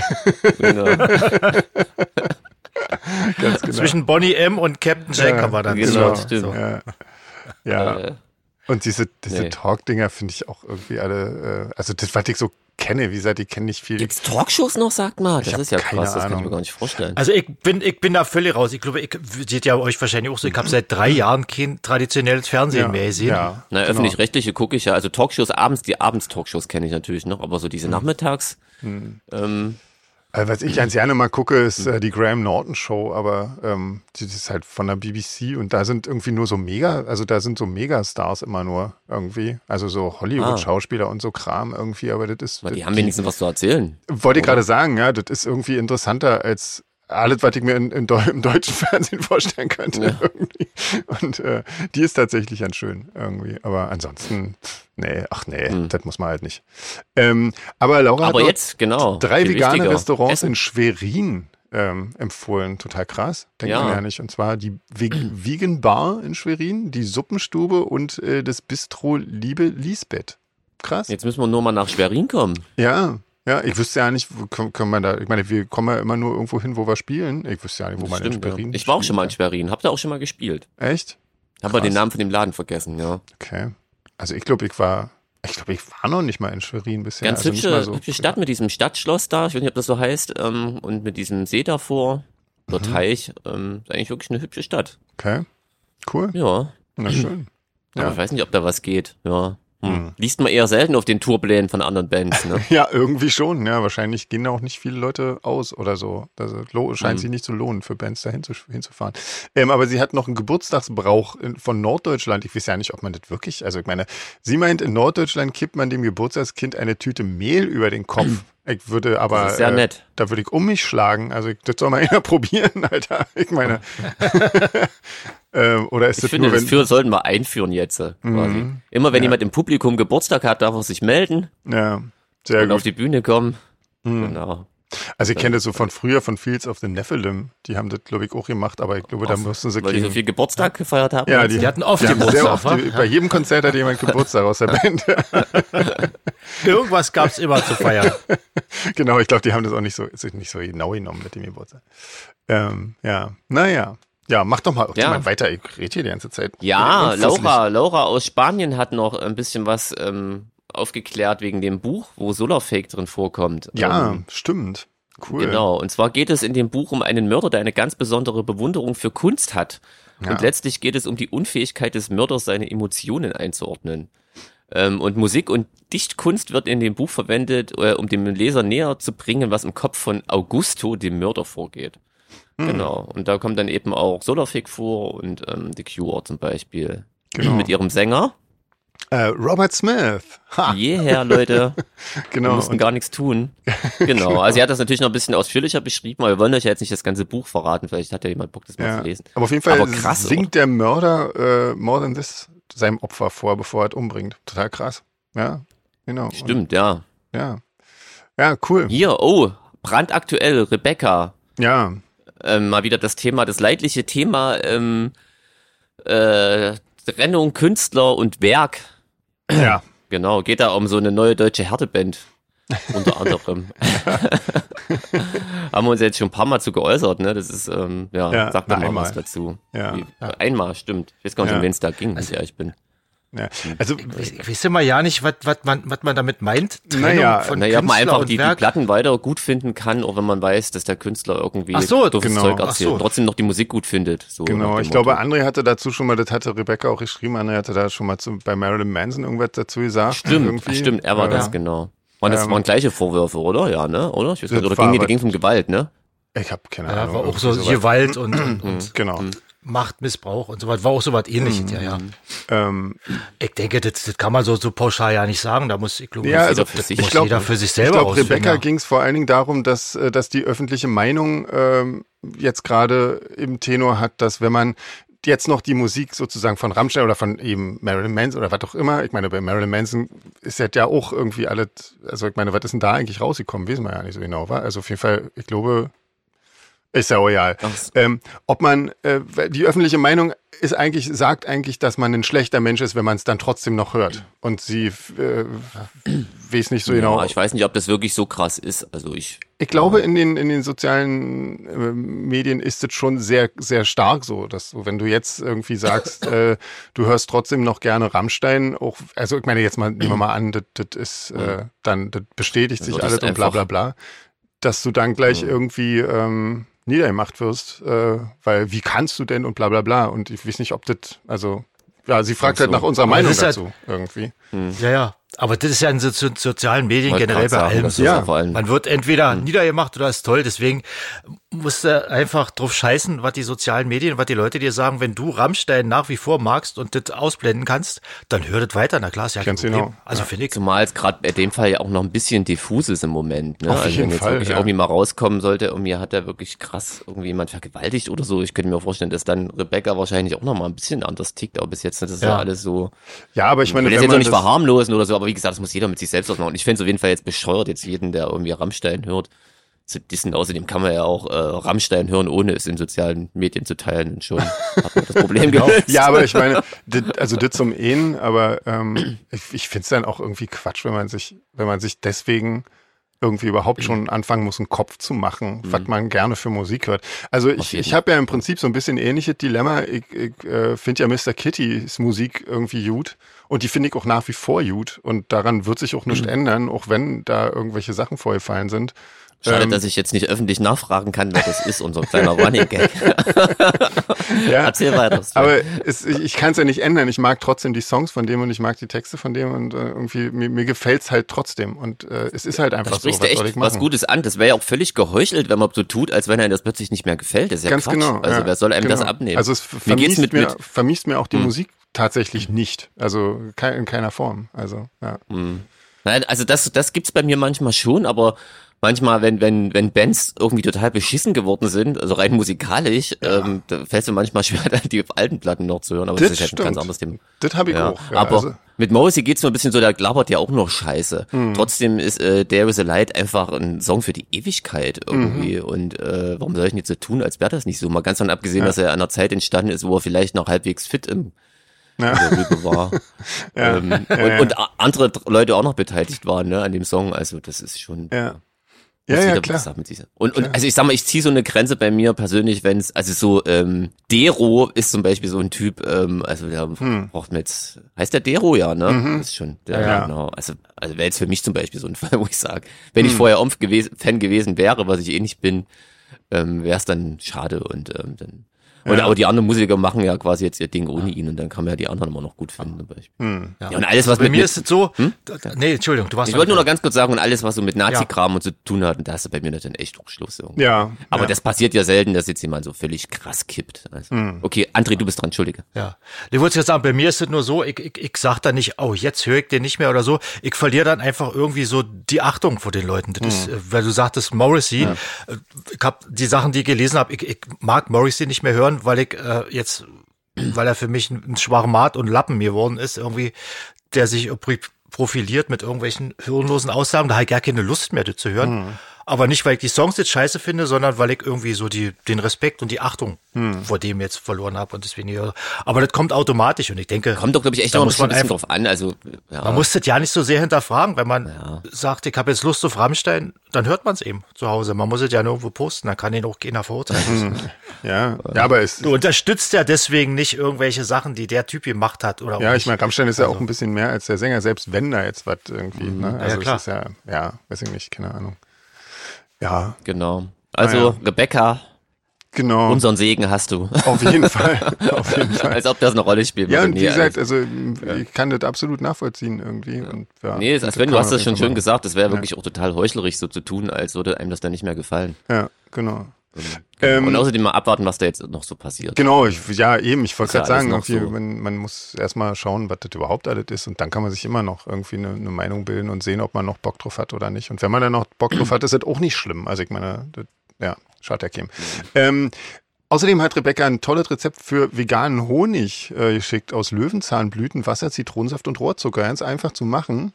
Genau. Ganz genau. Zwischen Bonnie M. und Captain Jack Ja, haben wir dann genau, geschaut. stimmt. So. Ja. ja. Äh, Und diese, diese Nee. Talk-Dinger finde ich auch irgendwie alle, äh, also das, was ich so kenne, wie gesagt, ich kenne nicht viel. Gibt's Talkshows noch, sagt mal? Das hab ist ja keine krass, das kann ich Ahnung. mir gar nicht vorstellen. Also ich bin, ich bin da völlig raus. Ich glaube, ich seht ja euch wahrscheinlich auch so. Ich habe seit drei Jahren kein traditionelles Fernsehen mehr gesehen. ja, genau. Na, öffentlich-rechtliche gucke ich ja. Also Talkshows abends, die Abends-Talkshows kenne ich natürlich noch, aber so Hm. diese nachmittags. Ähm, Äh, was ich ganz gerne mal gucke, ist Hm. äh, die Graham Norton Show, aber ähm, die, die ist halt von der BBC und da sind irgendwie nur so mega, also da sind so Megastars immer nur irgendwie, also so Hollywood-Schauspieler und so Kram irgendwie, aber das ist. Ah. äh, aber die das- haben wenigstens was zu erzählen. Wollte ich gerade sagen, ja, das ist irgendwie interessanter als alles, was ich mir in, in Deu im deutschen Fernsehen vorstellen könnte. Ja. Irgendwie. Und äh, die ist tatsächlich ganz schön irgendwie. Aber ansonsten, nee, ach nee, das muss man halt nicht. Ähm, aber Hm. Laura Aber hat noch jetzt, genau. drei viel vegane wichtiger. Restaurants Essen. in Schwerin ähm, empfohlen. Total krass. Denkt Ja. man ja nicht. Und zwar die Ve Vegan Bar in Schwerin, die Suppenstube und äh, das Bistro Liebe Lisbeth. Krass. Jetzt müssen wir nur mal nach Schwerin kommen. Ja, ja, ich wüsste ja nicht, wo- kann, kann man da, ich meine, wir kommen ja immer nur irgendwo hin, wo wir spielen. Ich wüsste ja nicht, wo Das man in stimmt, ja. Schwerin Ich war auch schon mal in spielt. Schwerin, hab da auch schon mal gespielt. Echt? Hab aber Krass. den Namen von dem Laden vergessen, ja. Okay. Also ich glaube, ich war, ich glaube, ich war noch nicht mal in Schwerin bisher. Ganz also nicht hübsche, mal so. hübsche Stadt mit diesem Stadtschloss da, ich weiß nicht, ob das so heißt, ähm, und mit diesem See davor, Mhm. der Teich. Ähm, ist eigentlich wirklich eine hübsche Stadt. Okay. Cool. Ja. Na schön. Aber Ja. Mhm. ich weiß nicht, ob da was geht. Ja. Hm. Liest man eher selten auf den Tourplänen von anderen Bands, ne? Ja, irgendwie schon. Ja, wahrscheinlich gehen da auch nicht viele Leute aus oder so. Also lo- scheint Mhm. sich nicht zu lohnen, für Bands da hinzu- hinzufahren. Ähm, aber sie hat noch einen Geburtstagsbrauch in, von Norddeutschland. Ich weiß ja nicht, ob man das wirklich. Also ich meine, sie meint, in Norddeutschland kippt man dem Geburtstagskind eine Tüte Mehl über den Kopf. Ich würde aber. Mhm. Das ist sehr äh, nett. Da würde ich um mich schlagen. Also ich, das soll mal einer probieren, Alter. Ich meine. ähm, oder ist Ich das finde, nur, das wenn. Mhm. für, sollten wir einführen jetzt. äh, Quasi. Immer wenn jemand im Publikum Geburtstag hat, darf er sich melden Ja, sehr und gut. auf die Bühne kommen. Mhm. Genau. Also ich kenne das so von früher, von Fields of the Nephilim. Die haben das, glaube ich, auch gemacht, aber ich glaube, da mussten sie Weil die so gegen- viel Geburtstag gefeiert haben. Ja, Die hatten oft die haben Geburtstag, sehr oft, wa? die- Bei jedem Konzert hat jemand Geburtstag aus der Band. Irgendwas gab es immer zu feiern. genau, ich glaube, die haben das auch nicht so, sich nicht so genau genommen mit dem Geburtstag. Ähm, ja, naja. Ja, mach doch mal, Ja. mal weiter. Ich rede hier die ganze Zeit. Äh, Ja, Ich bin unfasslich. Laura, Laura aus Spanien hat noch ein bisschen was ähm, aufgeklärt wegen dem Buch, wo Solarfake drin vorkommt. Ja, Ähm, stimmt. Cool. Genau, und zwar geht es in dem Buch um einen Mörder, der eine ganz besondere Bewunderung für Kunst hat. Ja. Und letztlich geht es um die Unfähigkeit des Mörders, seine Emotionen einzuordnen. Ähm, und Musik und Dichtkunst wird in dem Buch verwendet, äh, um dem Leser näher zu bringen, was im Kopf von Augusto, dem Mörder, vorgeht. Hm. Genau, und da kommt dann eben auch Solarfake vor und ähm, The Cure zum Beispiel. Genau. Mit ihrem Sänger. Äh, Robert Smith. Ha, Jeher, Leute. Wir genau. mussten gar nichts tun. Genau. Also er hat das natürlich noch ein bisschen ausführlicher beschrieben, aber wir wollen euch ja jetzt nicht das ganze Buch verraten. Vielleicht hat ja jemand Bock, das mal Ja. zu lesen. Aber auf jeden Fall Aber krass, singt der Mörder äh, More Than This seinem Opfer vor, bevor er es umbringt. Total krass. Ja, genau. Stimmt, ja. Und, ja. ja, cool. Hier, oh, brandaktuell, Rebecca. Ja, Ähm, mal wieder das Thema, das leidliche Thema ähm, äh, Trennung Künstler und Werk. ja. Genau, geht da um so eine neue deutsche Härteband. Unter anderem. Haben wir uns jetzt schon ein paar Mal zu geäußert, ne? Das ist, ähm, ja, Ja, sagt doch na, mal einmal. was dazu. Ja, Wie- ja. Einmal, stimmt. Ich weiß gar nicht, Ja. um wen es da ging, Also, wenn ich ehrlich bin. Ja. Also, Ich, ich weiß immer ja nicht, was was man, was man damit meint. Trennung Naja, von Naja, ob man Künstler einfach und die, die Werk. Platten weiter gut finden kann, auch wenn man weiß, dass der Künstler irgendwie Ach so, doofes genau. Zeug Ach erzählt so. und trotzdem noch die Musik gut findet. So nach genau. dem Ich glaube, Motto. André hatte dazu schon mal, das hatte Rebecca auch geschrieben, André hatte da schon mal zu, bei Marilyn Manson irgendwas dazu gesagt. Stimmt, irgendwie. stimmt, er war Ja. das, genau. Und das Ähm, waren gleiche Vorwürfe, oder? Ja, ne? Oder? Ich weiß gar Das nicht, oder war ging die, aber- da ging es um Gewalt, ne? Ich habe keine Ja, Ahnung. war auch irgendwie so sowas. Gewalt und, und, und Genau. Mhm. Machtmissbrauch und so was. War auch so was ähnliches, Mhm. ja, ja. Ähm, Ich denke, das, das kann man so, so pauschal ja nicht sagen. Da muss, ich glaube, ja, das also, jeder für sich. ich muss glaube, jeder für sich Ich selber glaube, ausfinden, Rebecca ja. ging es vor allen Dingen darum, dass, äh, dass die öffentliche Meinung ähm, jetzt gerade im Tenor hat, dass wenn man jetzt noch die Musik sozusagen von Rammstein oder von eben Marilyn Manson oder was auch immer, ich meine, bei Marilyn Manson ist das ja auch irgendwie alles, also ich meine, was ist denn da eigentlich rausgekommen, wissen wir ja nicht so genau, war. Also auf jeden Fall, ich glaube, ist ja royal. Ach so. Ähm, ob man, äh, die öffentliche Meinung ist eigentlich, sagt eigentlich, dass man ein schlechter Mensch ist, wenn man es dann trotzdem noch hört. Und sie äh, weiß nicht so genau. Ja, ich weiß nicht, ob das wirklich so krass ist. Also ich Ich glaube, in den, in den sozialen äh, Medien ist es schon sehr, sehr stark so, dass du, wenn du jetzt irgendwie sagst, äh, du hörst trotzdem noch gerne Rammstein, auch, also ich meine, jetzt mal, nehmen wir mal an, das, das ist, äh, dann, das bestätigt sich wird alles Also das und bla, bla, einfach- Mhm. bla, dass du dann gleich irgendwie, ähm, niedergemacht wirst, äh, weil wie kannst du denn und bla, bla, bla, und ich weiß nicht, ob das, also, ja, sie fragt Ach halt so. nach unserer Aber das Meinung ist halt- dazu, irgendwie. Ja, ja. Aber das ist ja in so, so, sozialen Medien wollte generell gerade bei sagen, allem das Hm. so. ist Ja. ja vor allem. Man wird entweder niedergemacht oder ist toll. Deswegen musst du einfach drauf scheißen, was die sozialen Medien, was die Leute dir sagen. Wenn du Rammstein nach wie vor magst und das ausblenden kannst, dann hör das weiter. Na klar, ist ja kein Ganz Problem. genau. Also finde ich. Zumal es gerade in dem Fall ja auch noch ein bisschen diffus ist im Moment. Ne? Auf also jeden wenn jetzt Fall, wirklich ja. irgendwie mal rauskommen sollte, irgendwie hat er wirklich krass irgendwie jemand vergewaltigt oder so. Ich könnte mir vorstellen, dass dann Rebecca wahrscheinlich auch noch mal ein bisschen anders tickt, aber bis jetzt das ist ja, Ja. alles so. Ja, aber ich Ich meine, will das wenn jetzt auch man nicht das, verharmlosen oder so, aber wie gesagt, das muss jeder mit sich selbst ausmachen. Und ich fände es auf jeden Fall jetzt bescheuert, jetzt jeden, der irgendwie Rammstein hört, zu dissen. Außerdem kann man ja auch äh, Rammstein hören, ohne es in sozialen Medien zu teilen. Und schon hat man das Problem gelöst. ja, aber ich meine, dit, also das zum Ehen, aber ähm, ich, ich finde es dann auch irgendwie Quatsch, wenn man sich, wenn man sich deswegen irgendwie Mhm. überhaupt schon anfangen muss, einen Kopf zu machen, was man gerne für Musik hört. Also ich, jeden ich habe ja im Prinzip so ein bisschen ähnliches Dilemma. Ich, ich äh, finde ja Mr. Kittys Musik irgendwie gut und die finde ich auch nach wie vor gut und daran wird sich auch nichts Mhm. ändern, auch wenn da irgendwelche Sachen vorgefallen sind. Schade, Ähm, dass ich jetzt nicht öffentlich nachfragen kann, weil das ist unser kleiner Running Gag. ja. Erzähl weiter. Sven. Aber es, ich, ich kann es ja nicht ändern. Ich mag trotzdem die Songs von dem und ich mag die Texte von dem und äh, irgendwie, mir, mir gefällt es halt trotzdem. Und äh, es ist halt da einfach so. sprichst du soll echt ich was machen? Gutes an. Das wäre ja auch völlig geheuchelt, wenn man so tut, als wenn einem das plötzlich nicht mehr gefällt. Das ist ja Ganz Quatsch. genau. also ja, wer soll einem genau. das abnehmen? Also es Mir vermisst, geht's mit, mir, mit Hm. vermisst mir auch die Musik tatsächlich nicht. Also kei- in keiner Form. Also, ja. Nein, also das, das gibt's bei mir manchmal schon, aber manchmal, wenn, wenn, wenn Bands irgendwie total beschissen geworden sind, also rein musikalisch, ähm, da fällt es mir manchmal schwer, dann die alten Platten noch zu hören, aber das, Das ist halt ein ganz stimmt. anderes Thema. Das habe ich Ja, auch. Ja, aber also, Mhm. mit Morrissey geht's mir ein bisschen so, der glaubert ja auch noch scheiße. Trotzdem ist äh, There is a Light einfach ein Song für die Ewigkeit Mhm. irgendwie. Und äh, warum soll ich denn jetzt so tun, als wäre das nicht so? Mal ganz davon abgesehen, dass er an einer Zeit entstanden ist, wo er vielleicht noch halbwegs fit im Ja. in der Rübe war. ähm, und, und a- andere dr- Leute auch noch beteiligt waren ne, an dem Song. Also das ist schon. ja. muss Ja, jeder ja, was klar. sagen mit dieser- Und, und also ich sag mal, ich ziehe so eine Grenze bei mir persönlich, wenn es, also so, ähm, Dero ist zum Beispiel so ein Typ, ähm, also der braucht mir jetzt, heißt der Dero ja, ne? Das ist schon, ja, Hm. Mhm. Ja. genau. Also, also wäre jetzt für mich zum Beispiel so ein Fall, wo ich sage, wenn Hm. ich vorher Omf gewesen, Fan gewesen wäre, was ich eh nicht bin, ähm, wäre es dann schade und ähm, dann. Und aber die anderen Musiker machen ja quasi jetzt ihr Ding ohne ihn und dann kann man ja die anderen immer noch gut finden zum Beispiel. Hm. Ja, und alles, was Also Bei mit, mir mit ist es so. Da- Nee, Entschuldigung, du warst ich wollte nur noch noch ganz kurz sagen, und alles, was so mit Nazi-Kram und zu tun hat, und da hast du bei mir natürlich echt auch Schluss. irgendwie. Ja. Aber ja. das passiert ja selten, dass jetzt jemand so völlig krass kippt. Also, Hm. Okay, André, du bist dran, entschuldige. Ja. Ich wollte jetzt sagen, bei mir ist es nur so, ich, ich, ich sag dann nicht, oh, jetzt höre ich den nicht mehr oder so. Ich verliere dann einfach irgendwie so die Achtung vor den Leuten. Das ist, äh, weil du sagtest, Morrissey, äh, ich hab die Sachen, die ich gelesen habe, ich, ich mag Morrissey nicht mehr hören, weil ich äh, jetzt, weil er für mich ein ein Schwarmat und Lappen geworden ist, irgendwie, der sich pri- profiliert mit irgendwelchen hirnlosen Aussagen. Da habe ich gar keine Lust mehr, das zu hören. Aber nicht, weil ich die Songs jetzt scheiße finde, sondern weil ich irgendwie so die, den Respekt und die Achtung Hm. vor dem jetzt verloren habe und deswegen höre. Aber das kommt automatisch und ich denke, Kommt doch, glaube ich, echt Da noch ein muss man bisschen einfach- drauf an. Also, ja. man muss das ja nicht so sehr hinterfragen. Wenn man Ja. sagt, ich habe jetzt Lust auf Rammstein, dann hört man es eben zu Hause. Man muss es ja nirgendwo posten, dann kann ihn auch keiner verurteilen. Mhm. ja. ja, aber es, du unterstützt ja deswegen nicht irgendwelche Sachen, die der Typ gemacht hat oder auch Ja, ich nicht. meine, Rammstein ist ja auch ein bisschen mehr als der Sänger, selbst wenn da jetzt was irgendwie. Ne? Also klar. es ist ja, ja, weiß ich nicht, keine Ahnung. Ja, genau. Also, Ah, Rebecca, genau. unseren Segen hast du. auf jeden Fall. auf jeden Fall. Als ob das eine Rolle spielt. Oh, Ja, und wie gesagt, also ich kann das absolut nachvollziehen irgendwie. Und, ja, Nee, das als wenn, kann du man hast das schon auf schön jeden Fall gesagt, das wäre wirklich auch total heuchlerisch, so zu tun, als würde einem das dann nicht mehr gefallen. machen. Ja, genau. Mhm, und Ähm, außerdem mal abwarten, was da jetzt noch so passiert. genau, ich, ja, eben, ich wollte Ist ja gerade alles sagen, noch irgendwie, so. man, man muss erstmal schauen, was das überhaupt alles ist und dann kann man sich immer noch irgendwie eine, eine Meinung bilden und sehen, ob man noch Bock drauf hat oder nicht. Und wenn man dann noch Bock drauf hat, ist das auch nicht schlimm. Also ich meine, das, ja, schaut ja keinem. Ähm, Außerdem hat Rebecca ein tolles Rezept für veganen Honig äh, geschickt aus Löwenzahnblüten, Wasser, Zitronensaft und Rohrzucker. Ganz einfach zu machen.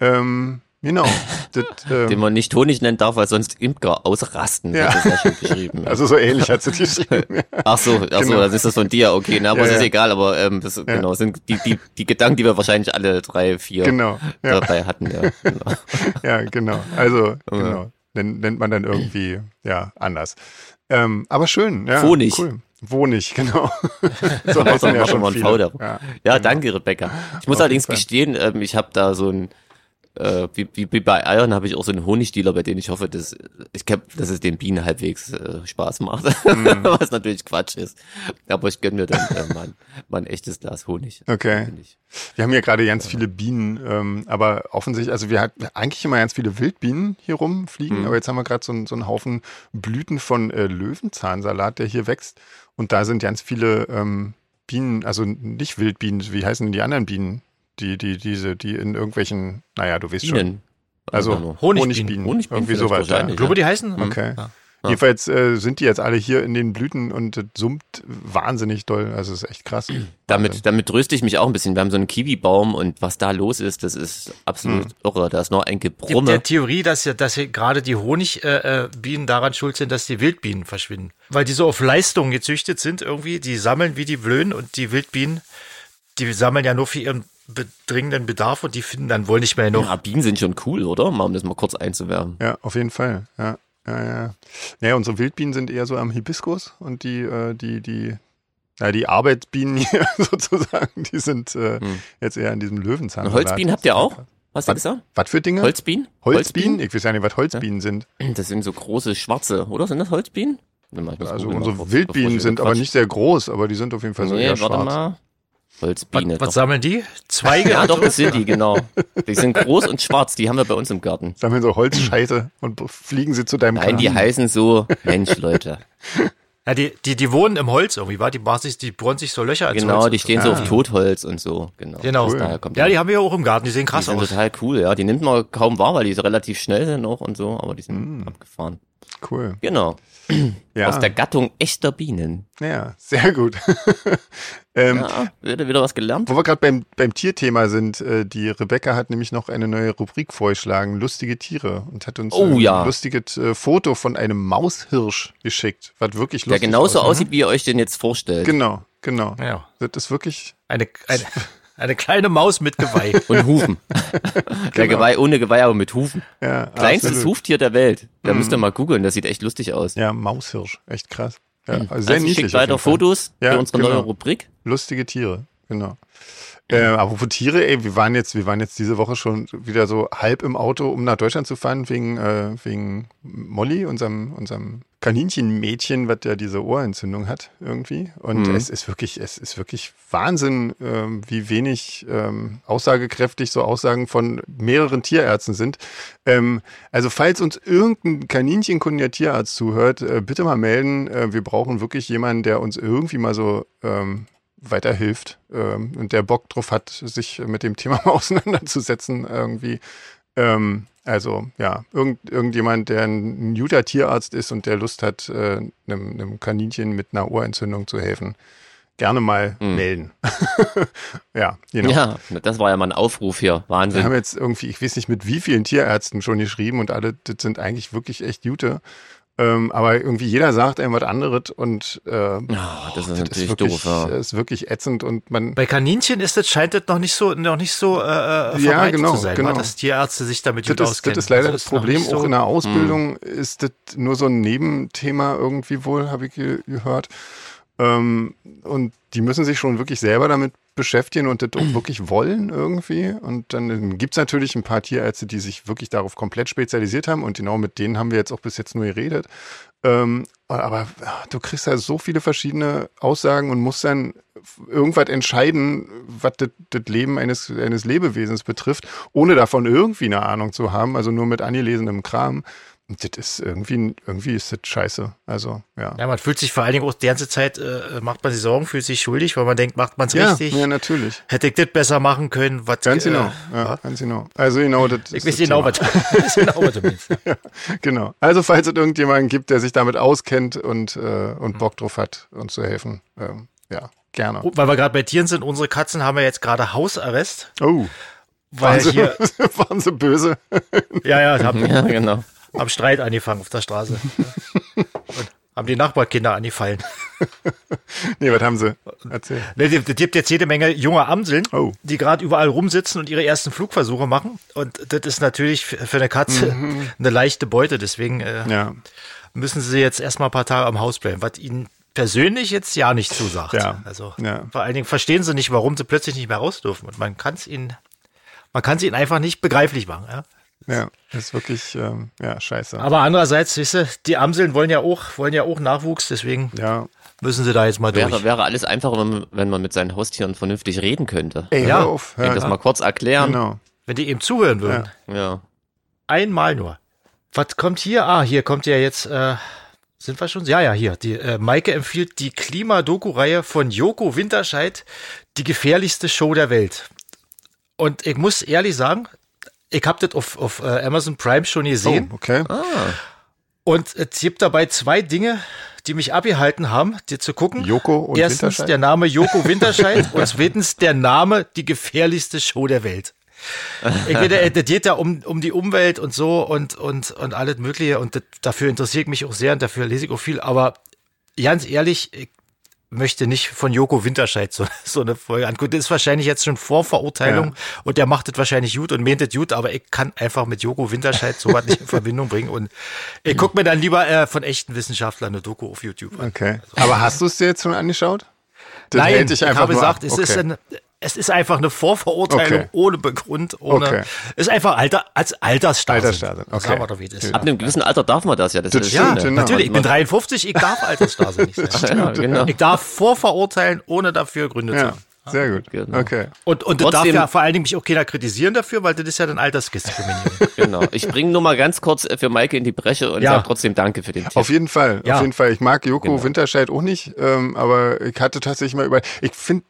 Ähm, genau. das, Den ähm, man nicht Honig nennen darf, weil sonst Imker ausrasten. Ja. Ja. Das ist ja schön beschrieben. ja. also so ähnlich hat sie die geschrieben. Ach so, ach so, Genau. dann ist das von dir, okay, na, aber Ja, es ist ja. egal, aber ähm, das genau, sind die, die, die Gedanken, die wir wahrscheinlich alle drei, vier Genau, ja. dabei hatten, ja. Genau. ja, genau. Also, genau. Nen, nennt man dann irgendwie, ja, anders. Ähm, aber schön, ja. Wohnig. Cool. Wohnig, genau. so heißen machen ja wir schon mal einen V viele. darum. Ja. Ja, danke, Rebecca. Ich muss Genau. Auf allerdings jeden Fall. gestehen, ähm, ich habe da so ein äh, wie, wie, wie bei Eiern habe ich auch so einen Honigdealer, bei dem ich hoffe, dass ich glaub, dass es den Bienen halbwegs äh, Spaß macht, Mhm. was natürlich Quatsch ist. Aber ich gönn mir dann äh, mein, mein echtes Glas Honig. Okay. Find ich. Wir haben hier gerade ganz viele Bienen, ähm, aber offensichtlich, also wir hatten eigentlich immer ganz viele Wildbienen hier Mhm. rumfliegen, aber jetzt haben wir gerade so, einen- so einen Haufen Blüten von äh, Löwenzahnsalat, der hier wächst. Und da sind ganz viele ähm, Bienen, also nicht Wildbienen, wie heißen denn die anderen Bienen? Die, die, diese, die in irgendwelchen, naja, du weißt schon. Bienen. Also Honigbienen. Honigbienen, Honigbienen irgendwie vielleicht sowas. Ja. wahrscheinlich. Ich glaube, die heißen. Okay. Ja. Ja. Jedenfalls äh, sind die jetzt alle hier in den Blüten und das summt wahnsinnig doll. Also es ist echt krass. Damit, damit tröste ich mich auch ein bisschen. Wir haben so einen Kiwi-Baum und was da los ist, das ist absolut irre. Da ist noch ein Gibt der Gebrumme. Theorie, dass ja, dass hier gerade die Honigbienen äh, Bienen daran schuld sind, dass die Wildbienen verschwinden. Weil die so auf Leistung gezüchtet sind irgendwie, die sammeln wie die Blöden und die Wildbienen, die sammeln ja nur für ihren be- dringenden Bedarf und die finden dann wohl nicht mehr genug. Ja, Bienen sind schon cool, oder? Mal, um das mal kurz einzuwärmen. Ja, auf jeden Fall. Ja, ja, ja. Naja, unsere Wildbienen sind eher so am Hibiskus und die, äh, die, die, na, die Arbeitsbienen hier sozusagen, die sind äh, jetzt eher an diesem Löwenzahn. Und Hm. Holzbienen habt ihr auch? Was hast du gesagt? Was für Dinge? Holzbienen? Holzbienen? Ich weiß ja nicht, was Holzbienen sind. Das sind so große schwarze, oder? Sind das Holzbienen? Warte mal, ich muss Also googeln mal unsere kurz, Wildbienen bevor ich sind aber Quatsch- nicht sehr groß, aber die sind auf jeden Fall so Nee, eher warte schwarz. mal. Was, Holzbiene. was doch. sammeln die? Zweige? Ja, doch, das sind die, genau. Die sind groß und schwarz, die haben wir bei uns im Garten. Sammeln so Holzscheite und fliegen sie zu deinem Nein, die Kamin. heißen so, Mensch, Leute. Ja, die, die, die wohnen im Holz irgendwie, war die machen sich, die bohren sich so Löcher ins Genau, Holz. die stehen so auf Totholz und so. Genau. Genau. Daher kommt Ja, die, die haben wir ja auch im Garten, die sehen die krass sind aus. total cool, ja. Die nimmt man kaum wahr, weil die so relativ schnell sind auch und so, aber die sind abgefahren. Cool. Genau. Hm. Ja. Aus der Gattung echter Bienen. Ja, sehr gut. ähm, Ja, wieder, wieder was gelernt. Wo wir gerade beim, beim Tierthema sind, äh, die Rebecca hat nämlich noch eine neue Rubrik vorgeschlagen, lustige Tiere, und hat uns Oh, ein ja. lustiges äh, Foto von einem Maushirsch geschickt, was wirklich Der lustig genauso aussieht. aussieht, wie ihr euch den jetzt vorstellt. Genau, genau. Ja. Das ist wirklich, Eine, eine, eine kleine Maus mit Geweih. Und Hufen. Der Geweih ohne Geweih, aber mit Hufen. Genau. ja, Kleinstes absolut. Hm. Huftier der Welt. Da müsst ihr mal googeln, das sieht echt lustig aus. Ja, Maushirsch, echt krass. Ja, also sehr Also niedlich. schickt auf weiter jeden Fall. Fotos Ja, für unsere neue genau. Rubrik. Lustige Tiere, genau. Äh, apropos Tiere, ey, wir waren jetzt, wir waren jetzt diese Woche schon wieder so halb im Auto, um nach Deutschland zu fahren, wegen, äh, wegen Molly, unserem, unserem Kaninchenmädchen, was ja diese Ohrenentzündung hat irgendwie. Und es ist wirklich, es ist wirklich Wahnsinn, ähm, wie wenig ähm, aussagekräftig so Aussagen von mehreren Tierärzten sind. Ähm, also falls uns irgendein kaninchenkundiger Tierarzt zuhört, äh, bitte mal melden. Äh, wir brauchen wirklich jemanden, der uns irgendwie mal so ähm, weiterhilft ähm, und der Bock drauf hat, sich mit dem Thema mal auseinanderzusetzen irgendwie. Ähm, also ja, irgend, irgendjemand, der ein guter Tierarzt ist und der Lust hat, äh, einem, einem Kaninchen mit einer Ohrenentzündung zu helfen, gerne mal melden. ja, genau. Hm. Ja, das war ja mal ein Aufruf hier. Wir Wahnsinn. haben jetzt irgendwie, ich weiß nicht, mit wie vielen Tierärzten schon geschrieben und alle, das sind eigentlich wirklich echt gute. Ähm, aber irgendwie jeder sagt einem was anderes und äh, Ah, das ist das natürlich ist wirklich, äh, doof. Ja. ist wirklich ätzend und man Bei Kaninchen ist das, scheint das noch nicht so, noch nicht so äh, verbreitet Ja, genau, zu sein, genau. wa? dass Tierärzte sich damit gut das ist, auskennen. das ist leider Also das noch Problem. nicht so- Auch in der Ausbildung ist das nur so ein Nebenthema irgendwie wohl, habe ich ge gehört. Ähm, und die müssen sich schon wirklich selber damit beschäftigen und das auch wirklich wollen irgendwie. Und dann gibt es natürlich ein paar Tierärzte, die sich wirklich darauf komplett spezialisiert haben. Und genau mit denen haben wir jetzt auch bis jetzt nur geredet. Ähm, aber ah, du kriegst ja so viele verschiedene Aussagen und musst dann irgendwas entscheiden, was das das Leben eines, eines Lebewesens betrifft, ohne davon irgendwie eine Ahnung zu haben, also nur mit angelesenem Kram. Und das ist irgendwie, irgendwie ist das scheiße. Also, ja. Ja, man fühlt sich vor allen Dingen auch die ganze Zeit, äh, macht man sich Sorgen, fühlt sich schuldig, weil man denkt, macht man es Ja, richtig? ja, natürlich. Hätte ich das besser machen können? Was, Ganz äh, genau. Ja, ganz genau. Also genau, das Ich ist weiß das genau, Thema. was, ich weiß genau, was du meinst. Genau. Also falls es irgendjemanden gibt, der sich damit auskennt und, äh, und Bock drauf hat, uns zu helfen, ähm, ja, gerne. Hm. Oh, Weil wir gerade bei Tieren sind, unsere Katzen haben ja jetzt gerade Hausarrest, Oh, weil waren sie, hier, waren sie böse? ja, ja, äh, haben, ja, genau. haben Streit angefangen auf der Straße. Und haben die Nachbarkinder angefallen. Nee, was haben sie? Erzähl. Ne, die- die gibt jetzt jede Menge junge Amseln, Oh. die gerade überall rumsitzen und ihre ersten Flugversuche machen. Und das ist natürlich für für eine Katze eine leichte Beute. Deswegen äh, Mhm. Ja, müssen sie jetzt erstmal ein paar Tage am Haus bleiben, was ihnen persönlich jetzt ja nicht zusagt. Ja. Also Ja. vor allen Dingen verstehen sie nicht, warum sie plötzlich nicht mehr raus dürfen. Und man kann es ihnen, man Man kann sie ihnen einfach nicht begreiflich machen. Ja? Ja, ist wirklich, ähm, ja, scheiße. Aber andererseits, siehst du, die Amseln wollen ja auch, wollen ja auch Nachwuchs, deswegen ja, müssen sie da jetzt mal durch. Wäre, wäre alles einfacher, wenn man, wenn man mit seinen Haustieren vernünftig reden könnte. ey, Ja. hör auf. Ich Hör, das mal kurz erklären. Genau. Wenn die eben zuhören würden. Ja. Einmal nur. Was kommt hier? Ah, hier kommt ja jetzt, äh, sind wir schon? Ja, ja, hier. Die, äh, Maike empfiehlt die Klima-Doku-Reihe von Joko Winterscheid, die gefährlichste Show der Welt. Und ich muss ehrlich sagen, ich habe das auf, auf äh, Amazon Prime schon Oh, gesehen. okay. Ah. Und es gibt dabei zwei Dinge, die mich abgehalten haben, dir zu gucken. Joko und Erstens Winterscheid? der Name Joko Winterscheid und zweitens der Name die gefährlichste Show der Welt. Ich finde, äh, das geht da um, um die Umwelt und so und, und, und alles Mögliche und das, dafür interessiere ich mich auch sehr und dafür lese ich auch viel, aber ganz ehrlich, ich möchte nicht von Joko Winterscheid so, so eine Folge angucken. Das ist wahrscheinlich jetzt schon Vorverurteilung und der macht das wahrscheinlich gut und meint das gut, aber ich kann einfach mit Joko Winterscheid sowas nicht in Verbindung bringen und ich gucke mir dann lieber äh, von echten Wissenschaftlern eine Doku auf YouTube an. Okay. Aber hast du es dir jetzt schon angeschaut? Das hält dich ich einfach habe nur gesagt, ab. es, okay. ist ein, es ist einfach eine Vorverurteilung Okay. ohne Begrund, ohne, Okay. ist einfach Alter, als Altersstarrsinn. Altersstarrsinn, okay. Sagen wir doch, wie es ist. Ab einem gewissen Alter darf man das ja. Das, Das ist stimmt, Schöne. genau. Natürlich, ich bin 53, ich darf Altersstarrsinn nicht sein. Ja, genau. Ich darf vorverurteilen, ohne dafür Gründe zu Ja, haben. sehr gut. Genau. Okay. Und, und das darf Trotzdem- ja vor allen Dingen mich auch keiner kritisieren dafür, weil das ist ja dann Altersdiskriminierung. genau. Ich bringe nur mal ganz kurz äh, für Maike in die Bresche und Ja. sage trotzdem Danke für den Tipp. Auf jeden Fall, Ja. auf jeden Fall. Ich mag Joko Genau. Winterscheid auch nicht, ähm, aber ich hatte tatsächlich mal über. Ich finde,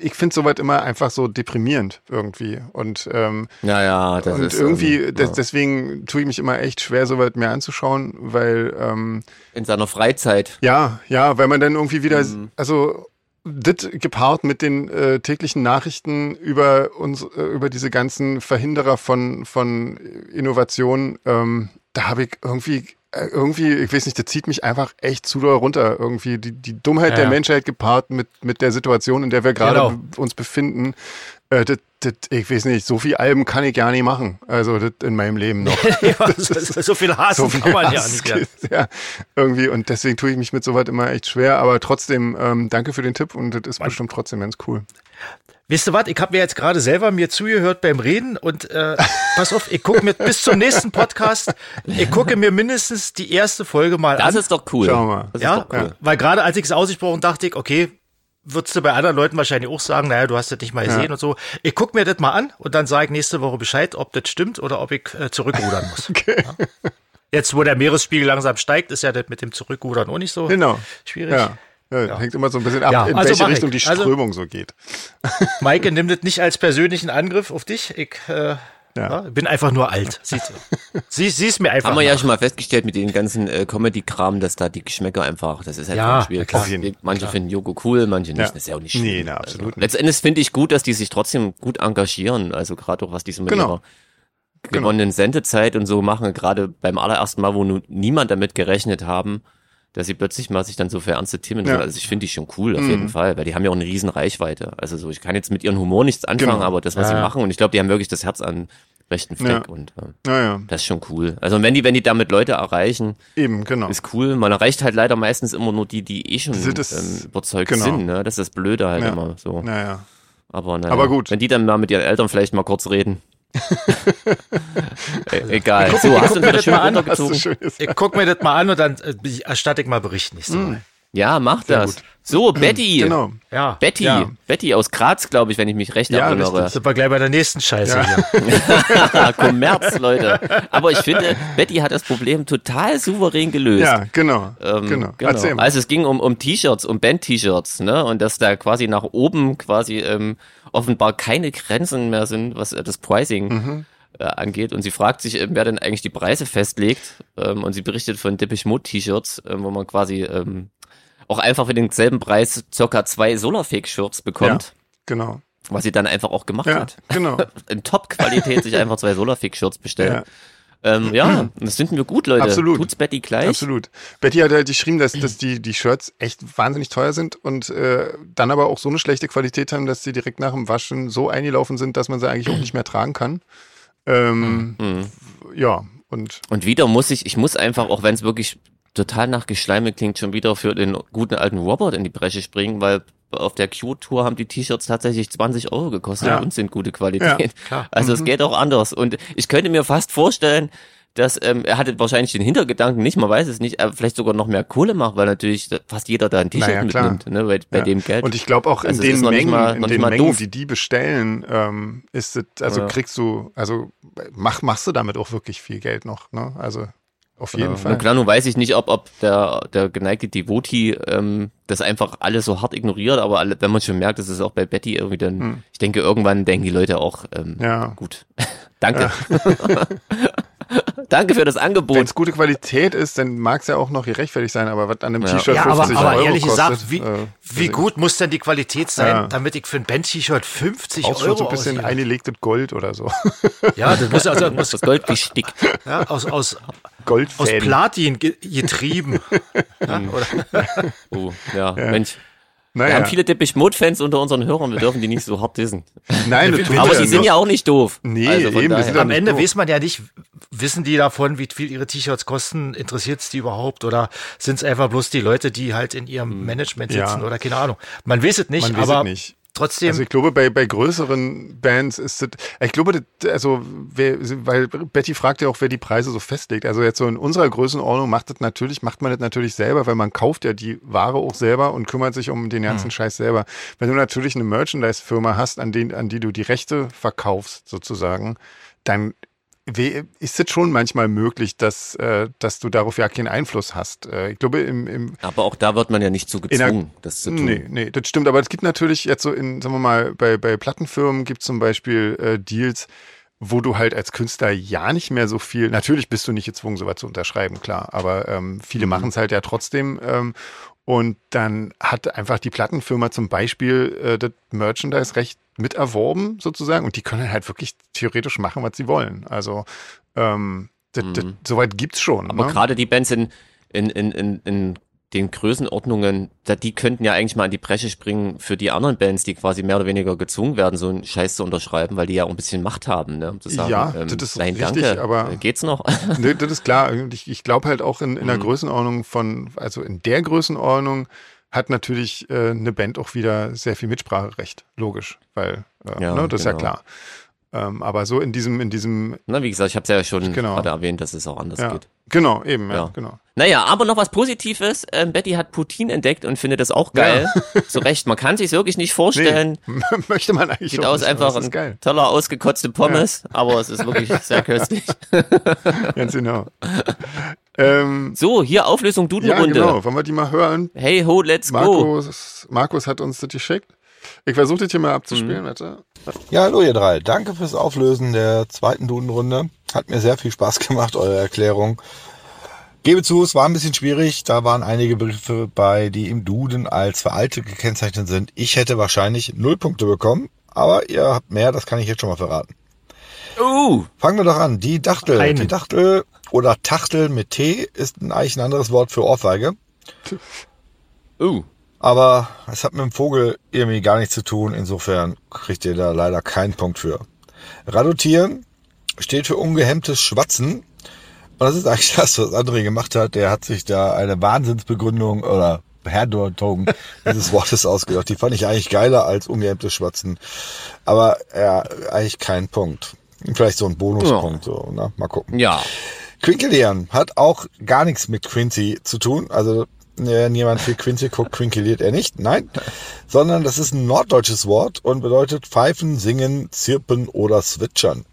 ich finde sowas immer einfach so deprimierend irgendwie und ähm, Naja, das und ist irgendwie ähm, des- ja. deswegen tue ich mich immer echt schwer, sowas mir anzuschauen, weil ähm, in seiner Freizeit. Ja, ja, weil man dann irgendwie wieder, Mhm. also das gepaart mit den äh, täglichen Nachrichten über uns, äh, über diese ganzen Verhinderer von, von Innovation, ähm, da habe ich irgendwie, äh, irgendwie, ich weiß nicht, das zieht mich einfach echt zu doll runter. Irgendwie die, die Dummheit Ja, der ja. Menschheit gepaart mit, mit der Situation, in der wir gerade Genau. be- uns befinden. Äh, das, das, ich weiß nicht, so viel Alben kann ich ja nicht machen. Also das in meinem Leben noch. ja, so, so viel Hass so kann viel man ja Hass nicht. Ja. gibt, ja. irgendwie und deswegen tue ich mich mit sowas immer echt schwer, aber trotzdem ähm, danke für den Tipp und das ist bestimmt trotzdem ganz cool. Wisst ihr was, ich habe mir jetzt gerade selber mir zugehört beim Reden und äh, pass auf, ich gucke mir bis zum nächsten Podcast, ich gucke mir mindestens die erste Folge mal Das an. ist doch cool. Schau mal. Das ist ja, doch cool. weil gerade als ich es ausgesprochen dachte ich, okay, würdest du bei anderen Leuten wahrscheinlich auch sagen, naja, du hast das nicht mal gesehen und so. Ich gucke mir das mal an und dann sage ich nächste Woche Bescheid, ob das stimmt oder ob ich äh, zurückrudern muss. Okay. Jetzt, wo der Meeresspiegel langsam steigt, ist ja das mit dem Zurückrudern auch nicht so Genau. schwierig. Ja. Ja, Hängt immer so ein bisschen ab, Ja, in also welche mach ich. Richtung die Also- Strömung so geht. Maike, nimm das nicht als persönlichen Angriff auf dich. Ich äh, ja, bin einfach nur alt. Sieh's, sie, sie ist mir einfach. Haben wir ja nach. schon mal festgestellt mit den ganzen äh, Comedy-Kram, dass da die Geschmäcker einfach, das ist halt Ja, schon schwierig. na klar. Auf jeden- Manche finden Joko cool, manche nicht. Ja. Das ist ja auch nicht Nee, schlimm. na, Also, absolut nicht. letzten Endes finde ich gut, dass die sich trotzdem gut engagieren. Also gerade auch was die so mit Genau. ihrer gewonnenen Sendezeit und so machen. Gerade beim allerersten Mal, wo nun niemand damit gerechnet haben, dass sie plötzlich mal sich dann so für ernste Themen Ja. Mhm. Also ich finde die schon cool, auf jeden Fall, weil die haben ja auch eine riesen Reichweite. Also so, ich kann jetzt mit ihrem Humor nichts anfangen, Genau. aber das, was sie machen, und ich glaube, die haben wirklich das Herz an rechten Fleck Ja. und ähm, Naja, das ist schon cool. Also wenn die, wenn die damit Leute erreichen, eben, genau. ist cool. Man erreicht halt leider meistens immer nur die, die eh schon Das ist- ähm, überzeugt genau. sind. Ne? Das ist das Blöde halt Ja. immer so. Naja. Aber, naja, Aber gut. Wenn die dann mal mit ihren Eltern vielleicht mal kurz reden. E- Egal. So, hast du uns wieder schön Hast du runtergezogen. schön gesagt. Ich guck mir das mal an und dann äh, erstatte ich mal Bericht nächste Mal. Ja, mach das. So, Betty. Genau. Ja. Betty. Ja. Betty aus Graz, glaube ich, wenn ich mich recht Ja, erinnere. Sind wir gleich bei der nächsten Scheiße hier. Ah, Kommerz, Leute. Aber ich finde, Betty hat das Problem total souverän gelöst. Ja, genau. Ähm, genau. Erzähl mal. Also es ging um, um T-Shirts, um Band-T-Shirts, ne? Und dass da quasi nach oben quasi ähm, offenbar keine Grenzen mehr sind, was äh, das Pricing Mhm. äh, angeht. Und sie fragt sich, ähm, wer denn eigentlich die Preise festlegt. Ähm, und sie berichtet von Dippish Mode T-Shirts, ähm, wo man quasi ähm, auch einfach für denselben Preis circa zwei Solarfake-Shirts bekommt, Genau. was sie dann einfach auch gemacht Ja, hat. genau. In Top-Qualität sich einfach zwei Solarfake-Shirts bestellen. Ähm, ja, das finden wir gut, Leute. Absolut. Tut's Betty gleich. Absolut. Betty hat halt geschrieben, dass, dass die, die Shirts echt wahnsinnig teuer sind und äh, dann aber auch so eine schlechte Qualität haben, dass sie direkt nach dem Waschen so eingelaufen sind, dass man sie eigentlich auch nicht mehr tragen kann. Ähm, Mhm. Ja, und Und wieder muss ich, ich muss einfach, auch wenn es wirklich total nach Geschleime klingt, schon wieder für den guten alten Robert in die Bresche springen, weil auf der Q-Tour haben die T-Shirts tatsächlich 20 Euro gekostet Ja. und sind gute Qualität. Ja, klar. Mhm. also es geht auch anders. Und ich könnte mir fast vorstellen, dass ähm, er hatte wahrscheinlich den Hintergedanken nicht, man weiß es nicht, aber vielleicht sogar noch mehr Kohle macht, weil natürlich fast jeder da ein T-Shirt Naja, klar. mitnimmt, ne, bei, bei Ja. dem Geld. Und ich glaube auch in Also es den ist noch nicht Mengen, mal- in noch nicht den mal Mengen, doof. die die bestellen, ähm, ist das, also Ja. kriegst du, also mach, machst du damit auch wirklich viel Geld noch, ne? Also auf jeden Ja, Fall. Nur klar, nun Ähm, weiß ich nicht, ob, ob der, der geneigte Devoti ähm, das einfach alles so hart ignoriert, aber alle, wenn man schon merkt, das ist auch bei Betty irgendwie dann, ich denke, irgendwann denken die Leute auch, ähm, Hm. Ja. gut, danke. danke für das Wenn Angebot. es gute Qualität ist, dann mag es ja auch noch gerechtfertigt sein, aber was an einem Ja. T-Shirt Ja, aber, 50 aber Euro ehrlich kostet, gesagt, wie, äh, wie gut muss denn die Qualität sein, Ja. damit ich für ein Band-T-Shirt 50 auch schon Euro so ein bisschen ausgebe? eingelegtes Gold oder so. Ja, das muss also muss, Das Gold gestickt. ja, aus, aus, aus Goldfäden. Platin ge- getrieben. ja, oder, Oh, ja, Mensch. Wir Naja. haben viele Depeche Mode-Fans unter unseren Hörern, wir dürfen die nicht so hart dissen. Nein, das tut Aber er sie sind nicht. ja auch nicht doof. Also Nee, von eben, wir daher- sind ja am Ende so. weiß man ja nicht, wissen die davon, wie viel ihre T-Shirts kosten, interessiert es die überhaupt oder sind es einfach bloß die Leute, die halt in ihrem Management Hm, Ja. sitzen oder keine Ahnung. Man weiß es nicht, Man weiß es aber nicht. trotzdem, Also ich glaube, bei, bei größeren Bands ist das, ich glaube, das, also wer, weil Betty fragt ja auch, wer die Preise so festlegt. Also jetzt so in unserer Größenordnung macht das natürlich, macht man das natürlich selber, weil man kauft ja die Ware auch selber und kümmert sich um den ganzen Scheiß selber. Wenn du natürlich eine Merchandise-Firma hast, an, den, an die du die Rechte verkaufst, sozusagen, dann we- ist es schon manchmal möglich, dass, äh, dass du darauf ja keinen Einfluss hast. Äh, Ich glaube, im, im, Aber auch da wird man ja nicht zu der- gezwungen, das zu tun. Nee, nee, das stimmt. Aber es gibt natürlich jetzt so in, sagen wir mal, bei, bei Plattenfirmen gibt es zum Beispiel äh, Deals, wo du halt als Künstler ja nicht mehr so viel, natürlich bist du nicht gezwungen, sowas zu unterschreiben, klar, aber ähm, Mhm. viele machen es halt ja trotzdem. Ähm, und dann hat einfach die Plattenfirma zum Beispiel äh, das Merchandise-Recht mit erworben, sozusagen, und die können halt wirklich theoretisch machen, was sie wollen. Also, ähm, das, das, soweit gibt's schon. Mhm. Aber ne? gerade die Bands in, in, in, in, in den Größenordnungen, da, die könnten ja eigentlich mal an die Bresche springen für die anderen Bands, die quasi mehr oder weniger gezwungen werden, so einen Scheiß zu unterschreiben, weil die ja auch ein bisschen Macht haben, ne? Um zu sagen, Ja, das ist nein, richtig, danke, aber- äh, geht's noch? Nee, das ist klar. Und ich, ich glaube halt auch in, Mhm. in der Größenordnung von, also in der Größenordnung hat natürlich äh, eine Band auch wieder sehr viel Mitspracherecht, logisch, weil äh, Ja, ne, das ist ja genau. klar. Ähm, aber so in diesem, in diesem, Na, wie gesagt, ich hab's ja schon Genau. gerade erwähnt, dass es auch anders ja, geht. genau, eben, ja, Ja. genau. Naja, aber noch was Positives. Ähm, Betty hat Putin entdeckt und findet das auch geil. Zu Recht. Man kann sich's wirklich nicht vorstellen. möchte man eigentlich Sieht auch aus nicht, aber einfach Das ist geil, ein toller ausgekotzte Pommes, aber es ist wirklich sehr köstlich. ganz genau. ähm, So, hier Auflösung ja, Dudelrunde. genau, wollen wir die mal hören? Hey ho, let's go. Markus, Markus hat uns das geschickt. Ich versuche das hier mal abzuspielen, Mhm. warte. Ja, hallo ihr drei. Danke fürs Auflösen der zweiten Dudenrunde. Hat mir sehr viel Spaß gemacht, eure Erklärung. Gebe zu, es war ein bisschen schwierig. Da waren einige Begriffe bei, die im Duden als veraltet gekennzeichnet sind. Ich hätte wahrscheinlich null Punkte bekommen, aber ihr habt mehr, das kann ich jetzt schon mal verraten. Uh, Fangen wir doch an. Die Dachtel. Einen. Die Dachtel oder Tachtel mit T ist eigentlich ein anderes Wort für Ohrfeige. uh. Aber es hat mit dem Vogel irgendwie gar nichts zu tun. Insofern kriegt ihr da leider keinen Punkt für. Radotieren steht für ungehemmtes Schwatzen. Und das ist eigentlich das, was André gemacht hat. Der hat sich da eine Wahnsinnsbegründung oder Herdeutung dieses Wortes ausgedacht. Die fand ich eigentlich geiler als ungehemmtes Schwatzen. Aber ja, eigentlich kein Punkt. Vielleicht so ein Bonuspunkt. So, ne? Mal gucken. Ja. Quinkelieren hat auch gar nichts mit Quincy zu tun. Also wenn jemand für Quincy guckt, quinkeliert er nicht. Nein, sondern das ist ein norddeutsches Wort und bedeutet pfeifen, singen, zirpen oder switchern.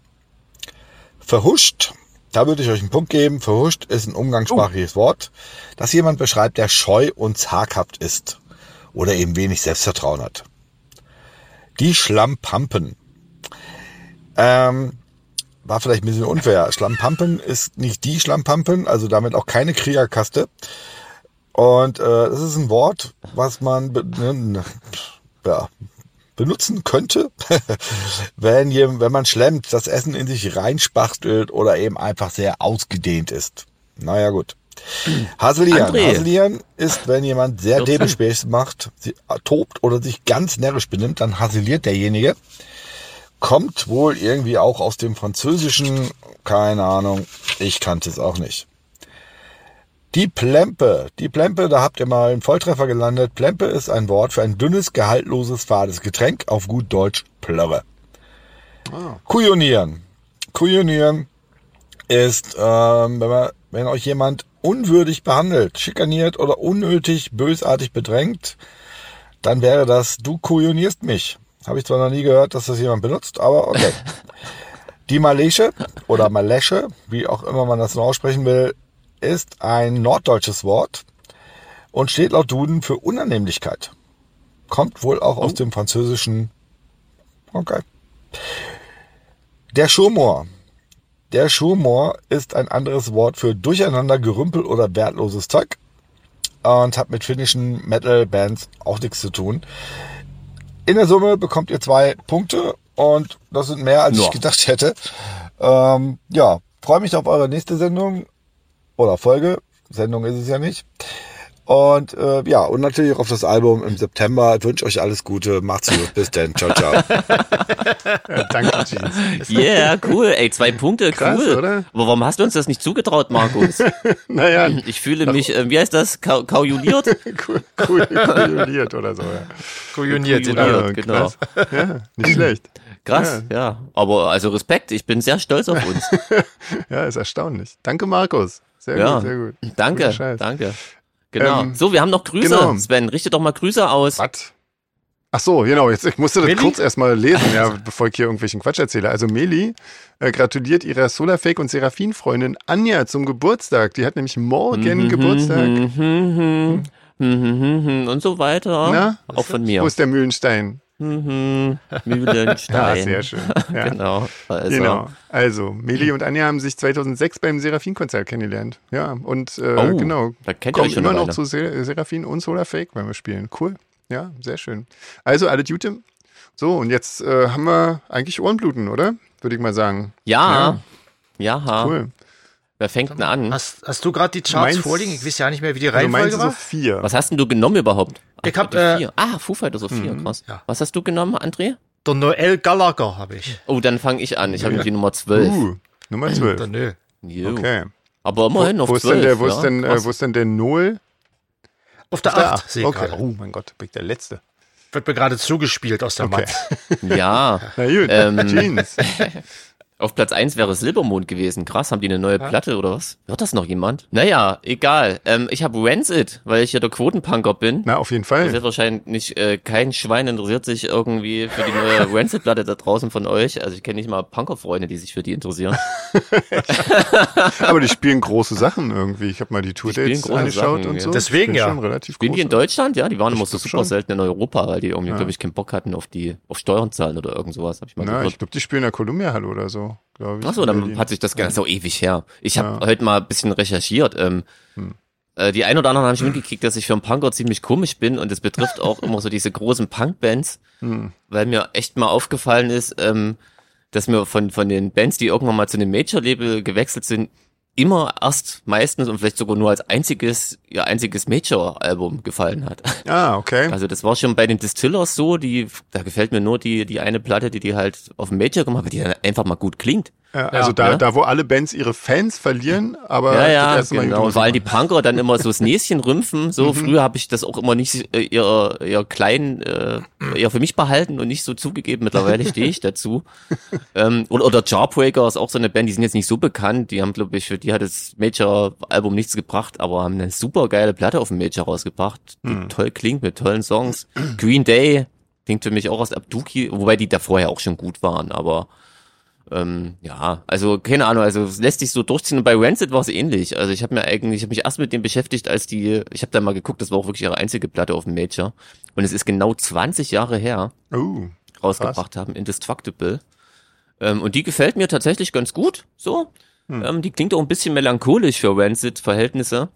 Verhuscht, da würde ich euch einen Punkt geben. Verhuscht ist ein umgangssprachliches Wort, das jemand beschreibt, der scheu und zaghaft ist oder eben wenig Selbstvertrauen hat. Die Schlammpampen. Ähm, war vielleicht ein bisschen unfair. Schlammpampen ist nicht die Schlammpampen, also damit auch keine Kriegerkaste. Und äh, das ist ein Wort, was man be ne, ja, benutzen könnte, wenn, je, wenn man schlemmt, das Essen in sich reinspachtelt oder eben einfach sehr ausgedehnt ist. Naja gut. Haselieren. André. Haselieren ist, wenn jemand sehr dämlich macht, sie- tobt oder sich ganz närrisch benimmt, dann haseliert derjenige kommt wohl irgendwie auch aus dem Französischen. Keine Ahnung, ich kannte es auch nicht. Die Plempe. Die Plempe, da habt ihr mal einen Volltreffer gelandet. Plempe ist ein Wort für ein dünnes, gehaltloses, fades Getränk, auf gut Deutsch Plörre. Ah. Kujonieren. Kujonieren ist, ähm, wenn, man, wenn euch jemand unwürdig behandelt, schikaniert oder unnötig bösartig bedrängt, dann wäre das, du kujonierst mich. Habe ich zwar noch nie gehört, dass das jemand benutzt, aber okay. Die Malesche oder Malesche, wie auch immer man das noch aussprechen will, ist ein norddeutsches Wort und steht laut Duden für Unannehmlichkeit. Kommt wohl auch aus dem französischen. Okay. Der Schumor. Der Schumor ist ein anderes Wort für Durcheinander, Gerümpel oder wertloses Zeug und hat mit finnischen Metal-Bands auch nichts zu tun. In der Summe bekommt ihr zwei Punkte und das sind mehr, als Ja. ich gedacht hätte. Ähm, ja, freue mich auf eure nächste Sendung oder Folge. Sendung ist es ja nicht. Und äh, ja, und natürlich auch auf das Album im September. Ich wünsche euch alles Gute. Macht's gut. Bis dann. Ciao, ciao. Äh, danke, Jeans. Yeah, cool. Ey, zwei Punkte, Krass, cool. oder? Aber warum hast du uns das nicht zugetraut, Markus? Naja, Ich fühle mich, äh, wie heißt das? Ka kaujuliert? cool, cool, kuliert oder so. Ja. Kujoniert, Kujoniert. genau. Also, genau. krass. Ja, nicht schlecht. Krass, ja. Aber also Respekt, ich bin sehr stolz auf uns. Ja, ist erstaunlich. Danke, Markus. Sehr Ja. gut, sehr gut. Guter Danke, Scheiß. danke. Genau. Ähm, so, wir haben noch Grüße, genau. Sven. Richte doch mal Grüße aus. Was? Ach so, genau. Jetzt, ich musste das Meli? kurz erstmal lesen, ja, bevor ich hier irgendwelchen Quatsch erzähle. Also Meli äh, gratuliert ihrer Solarfake und Seraphin-Freundin Anja zum Geburtstag. Die hat nämlich morgen Geburtstag. Mhm, mhm, mhm, Und so weiter. Na? Auch von Wo mir. ist der Mühlenstein? Mhm, Ja, Mühlenstein. sehr schön. Ja. Genau. Also, Genau. Also, Meli und Anja haben sich 2006 beim Seraphin-Konzert kennengelernt. Ja, und äh, Oh, genau. da kennt ihr kommen euch schon immer eine noch Weile. zu Se Seraphin und Solar Fake, wenn wir spielen. Cool. Ja, sehr schön. Also, alle Jute. So, und jetzt äh, haben wir eigentlich Ohrenbluten, oder? Würde ich mal sagen. Ja. Ja. Cool. Wer fängt denn an? Hast, hast du gerade die Charts Meinst- vorliegen? Ich weiß ja nicht mehr, wie die Also meinst Reihenfolge du so war. vier? Was hast denn du genommen überhaupt? Ach, Ich hab, die äh, vier. Ah, Foo Fighters so vier, Mhm. krass. ja. Was hast du genommen, André? Der Noel Gallagher habe ich. Oh, dann fange ich an. Ich habe Ja. die Nummer 12. Uh, Nummer zwölf. Der Noel. Jo. Okay. Aber immerhin auf Wo ist 12. denn der, wo ja, ist denn, krass. äh, wo ist denn der Null? Auf der Da, 8 sehe ich okay. gerade. Oh mein Gott, bin ich der Letzte. Wird mir gerade zugespielt aus der Okay. Matz. ja, Na gut, Ähm. Jeans. auf Platz 1 wäre Silbermond gewesen. Krass, haben die eine neue Platte oder was? Hört das noch jemand? Naja, egal. Ähm, ich habe Rancid, weil ich ja der Quotenpunker bin. Na, auf jeden Das Fall. wird wahrscheinlich nicht, äh, kein Schwein interessiert sich irgendwie für die neue Rancid-Platte da draußen von euch. Also ich kenne nicht mal Punker-Freunde, die sich für die interessieren. Aber die spielen große Sachen irgendwie. Ich habe mal die Tour spielen Dates große angeschaut Sachen, und ja. so. Deswegen Die spielen ja. Schon relativ Spielen die in große- Deutschland? Ja, die waren immer so glaub super schon. selten in Europa, weil die irgendwie, glaube ich, keinen Bock hatten auf die, auf Steuern zahlen oder irgend sowas, habe ich mal Na, gehört. ich glaube, die spielen in der Columbia Halle oder so, glaube ich. Achso, in dann Berlin. hat sich das Ganze so ewig her. Ich habe Ja. Hm. heute mal ein bisschen recherchiert. Ähm, äh, Die ein oder anderen haben schon mitgekriegt, dass ich für einen Punker ziemlich komisch bin und das betrifft auch immer so diese großen Punk-Bands, Hm. weil mir echt mal aufgefallen ist, ähm, dass mir von, von den Bands, die irgendwann mal zu einem Major-Label gewechselt sind, immer erst meistens und vielleicht sogar nur als einziges, ihr einziges Major-Album gefallen hat. Ah, okay. Also das war schon bei den Distillers so, die, da gefällt mir nur die, die eine Platte, die die halt auf dem Major gemacht hat, die dann einfach mal gut klingt. Äh, Also Ja. da, Ja. da, wo alle Bands ihre Fans verlieren, aber Ja, das ja, erste Mal Mhm. genau. gut Und vor allem die Punker dann immer so das Näschen rümpfen. So früher habe ich das auch immer nicht äh, eher, eher klein, äh, eher für mich behalten und nicht so zugegeben. Mittlerweile stehe ich dazu. Ähm, oder, oder Jarbreaker ist auch so eine Band, die sind jetzt nicht so bekannt. Die haben, glaube ich, für die hat das Major-Album nichts gebracht, aber haben eine super geile Platte auf dem Major rausgebracht, die Mhm. toll klingt mit tollen Songs. Green Day klingt für mich auch aus Abduki, wobei die da vorher auch schon gut waren, aber ähm, ja, also keine Ahnung, also es lässt sich so durchziehen und bei Rancid war es ähnlich. Also ich habe mir eigentlich, ich habe mich erst mit dem beschäftigt, als die, ich habe da mal geguckt, das war auch wirklich ihre einzige Platte auf dem Major und es ist genau 20 Jahre her Oh, rausgebracht haben, Indestructible. Ähm, und die gefällt mir tatsächlich ganz gut, so. Ähm, die klingt auch ein bisschen melancholisch für Rancid-Verhältnisse.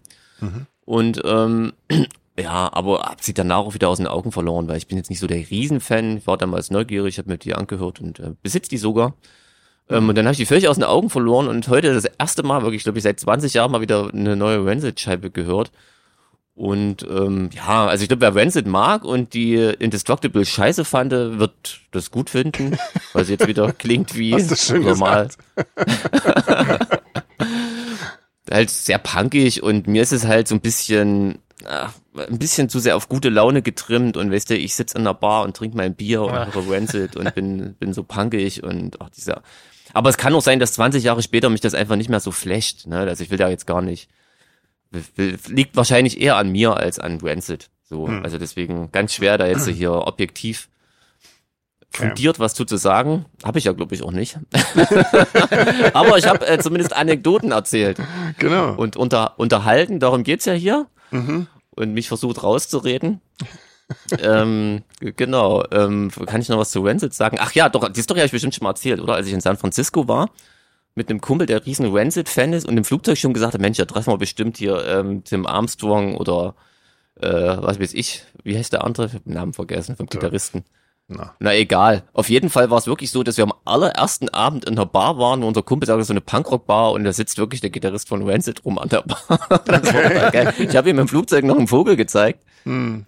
Und ähm, ja, aber hab sie danach auch wieder aus den Augen verloren, weil ich bin jetzt nicht so der Riesenfan. Ich war damals neugierig, habe mir die angehört und äh, besitzt die sogar. Ähm, und dann habe ich die völlig aus den Augen verloren und heute das erste Mal, wirklich, glaube ich, seit 20 Jahren mal wieder eine neue Rancid-Scheibe gehört. Und ähm, ja, also ich glaube, wer Rancid mag und die Indestructible scheiße fand, äh, wird das gut finden, weil sie jetzt wieder klingt wie Hast du schön normal. halt sehr punkig und mir ist es halt so ein bisschen, ach, ein bisschen zu sehr auf gute Laune getrimmt und weißt du, ich sitze in der Bar und trinke mein Bier und höre Rancid und bin, bin so punkig und auch dieser. Aber es kann auch sein, dass 20 Jahre später mich das einfach nicht mehr so flasht, ne? Also ich will da jetzt gar nicht. will- Liegt wahrscheinlich eher an mir als an Rancid. So, also deswegen ganz schwer, da jetzt so hier objektiv fundiert was zu, zu sagen. Habe ich ja, glaube ich, auch nicht. Aber ich habe äh, zumindest Anekdoten erzählt Genau. und unter, unterhalten, darum geht's ja hier. Und mich versucht rauszureden. ähm, g- genau. Ähm, kann ich noch was zu Rancid sagen? Ach ja, doch, die Story habe ich bestimmt schon mal erzählt, oder? Als ich in San Francisco war, mit einem Kumpel, der riesen Rancid-Fan ist und im Flugzeug schon gesagt hat, Mensch, da treffen wir bestimmt hier ähm, Tim Armstrong oder äh, was weiß ich, wie heißt der andere? Ich hab den Namen vergessen, vom Gitarristen. Na. Na egal. Auf jeden Fall war es wirklich so, dass wir am allerersten Abend in der Bar waren, wo unser Kumpel sagt, das ist so eine Punkrock-Bar und da sitzt wirklich der Gitarrist von Rancid rum an der Bar. Das war total geil. Ich habe ihm im Flugzeug noch einen Vogel gezeigt. Ähm,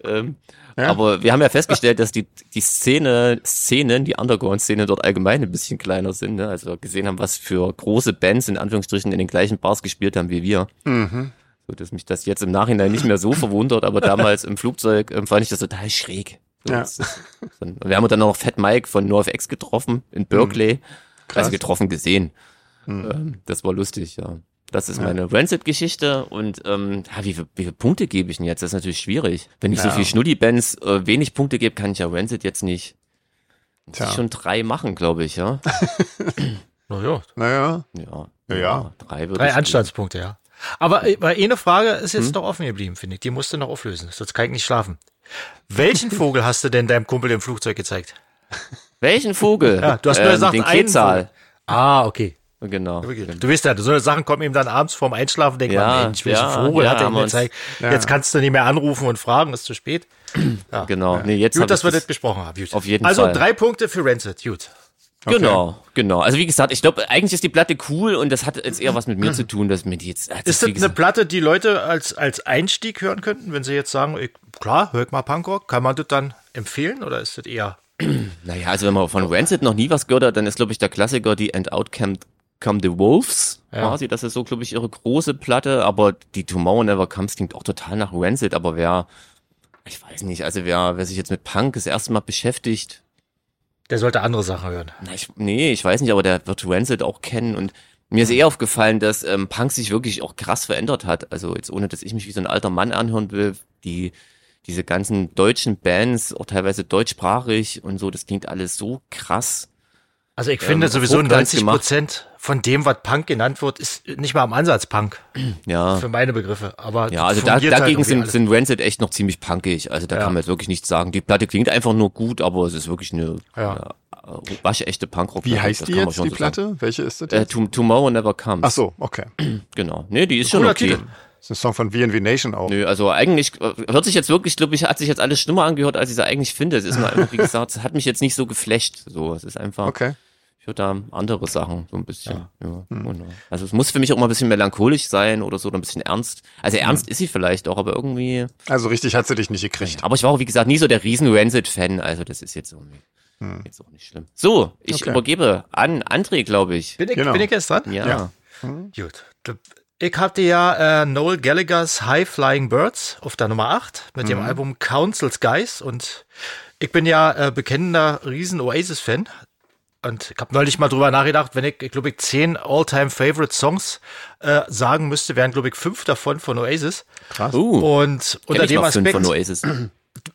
Aber wir haben ja festgestellt, dass die, die Szene, Szenen, die Underground-Szene dort allgemein ein bisschen kleiner sind. Ne? Also wir gesehen haben, was für große Bands in Anführungsstrichen in den gleichen Bars gespielt haben wie wir. Oh. Mhm. So, dass mich das jetzt im Nachhinein nicht mehr so verwundert, aber damals im Flugzeug ähm, fand ich das total schräg. So, Ja. das ist- dann- und wir haben dann noch Fat Mike von NoFX getroffen in Berkeley. Also getroffen gesehen. Ähm, das war lustig, ja. Das ist meine Rancid-Geschichte und ähm, ja, wie, viel- wie viele Punkte gebe ich denn jetzt? Das ist natürlich schwierig. Wenn ich so Ja. viel Schnuddi-Bands äh, wenig Punkte gebe, kann ich ja Rancid jetzt nicht. Muss Tja. ich schon drei machen, glaube ich, ja. Naja, Naja, Ja. Ja, ja. drei würde drei ich- Hm? Anstandspunkte, ja. Aber äh, weil eine Frage ist jetzt noch offen geblieben, finde ich. Die musst du noch auflösen, sonst kann ich nicht schlafen. Welchen Vogel hast du denn deinem Kumpel im Flugzeug gezeigt? Welchen Vogel? Ähm, Ja, du hast nur gesagt, den einen Ketzal. Ah, okay. Genau. Du weißt ja, so Sachen kommen ihm dann abends vorm Einschlafen, denkt Ja, man, Mensch, welchen ja, Vogel ja, hat er ihm haben wir uns- gezeigt? Jetzt kannst du nicht mehr anrufen und fragen, ist zu spät. Ja. Genau. Nee, jetzt hab Gut, dass ich wir das besprochen haben. Gut. Auf jeden also Fall. drei Punkte für Rancid, gut. Genau, genau. Also wie gesagt, ich glaube, eigentlich ist die Platte cool und das hat jetzt eher was mit mir zu tun, dass mir die jetzt. Als Mhm. Ist das eine Platte, die Leute als, als Einstieg hören könnten, wenn sie jetzt sagen, ich, klar, hört mal Punkrock, kann man das dann empfehlen oder ist das eher Naja, also wenn man von Rancid noch nie was gehört hat, dann ist, glaube ich, der Klassiker die And Out Come, come the Wolves quasi. Das ist so, glaube ich, ihre große Platte, aber die Tomorrow Never Comes klingt auch total nach Rancid, aber wer, ich weiß nicht, also wer, wer sich jetzt mit Punk das erste Mal beschäftigt, Der sollte andere Sachen hören. na, ich, nee, ich weiß nicht, aber der wird Rancid auch kennen und mir ist eher aufgefallen, dass ähm, Punk sich wirklich auch krass verändert hat. Also jetzt ohne, dass ich mich wie so ein alter Mann anhören will, die diese ganzen deutschen Bands, auch teilweise deutschsprachig und so, das klingt alles so krass. Also ich finde auf sowieso Hochglanz 90 gemacht. Prozent von dem, was Punk genannt wird, ist nicht mal am Ansatz Punk Ja. für meine Begriffe. Aber Ja, also da, fungiert halt dagegen irgendwie sind, alles. sind Rancid echt noch ziemlich punkig. Also da Ja. kann man jetzt wirklich nichts sagen. Die Platte klingt einfach nur gut, aber es ist wirklich eine Ja. äh, waschechte Punkrock. wie heißt die jetzt, die Platte? Welche ist das Äh, jetzt? to, Tomorrow Never Comes. Ach so, okay. Genau. Nee, die ist schon Cooler okay. Titel. Das ist ein Song von VNV Nation auch. Nö, also eigentlich äh, hört sich jetzt wirklich, glaube ich, hat sich jetzt alles schlimmer angehört, als ich es eigentlich finde. Es ist nur einfach, wie gesagt, es hat mich jetzt nicht so geflecht. So, es ist einfach, Okay. ich höre da andere Sachen so ein bisschen. Ja. Hm. genau. Also es muss für mich auch mal ein bisschen melancholisch sein oder so, oder ein bisschen ernst. Also ernst ist sie vielleicht auch, aber irgendwie. Also richtig hat sie dich nicht gekriegt. Aber ich war auch, wie gesagt, nie so der riesen Rancid-Fan, also das ist jetzt irgendwie Hm. jetzt auch nicht schlimm. So, ich Okay. übergebe an André, glaube ich. bin, ich, Genau. bin ich jetzt dran? Ja. Ja. Gut. Da- Ich hatte ja äh, Noel Gallagher's High Flying Birds auf der Nummer 8 mit dem Album Council Skies und ich bin ja äh, bekennender riesen Oasis-Fan und ich habe neulich mal drüber nachgedacht, wenn ich, ich glaube ich, zehn All-Time-Favorite-Songs äh, sagen müsste, wären, glaube ich, fünf davon von Oasis. Uh, Und kenn Oh, unter ich dem noch fünf Aspekt, von Oasis.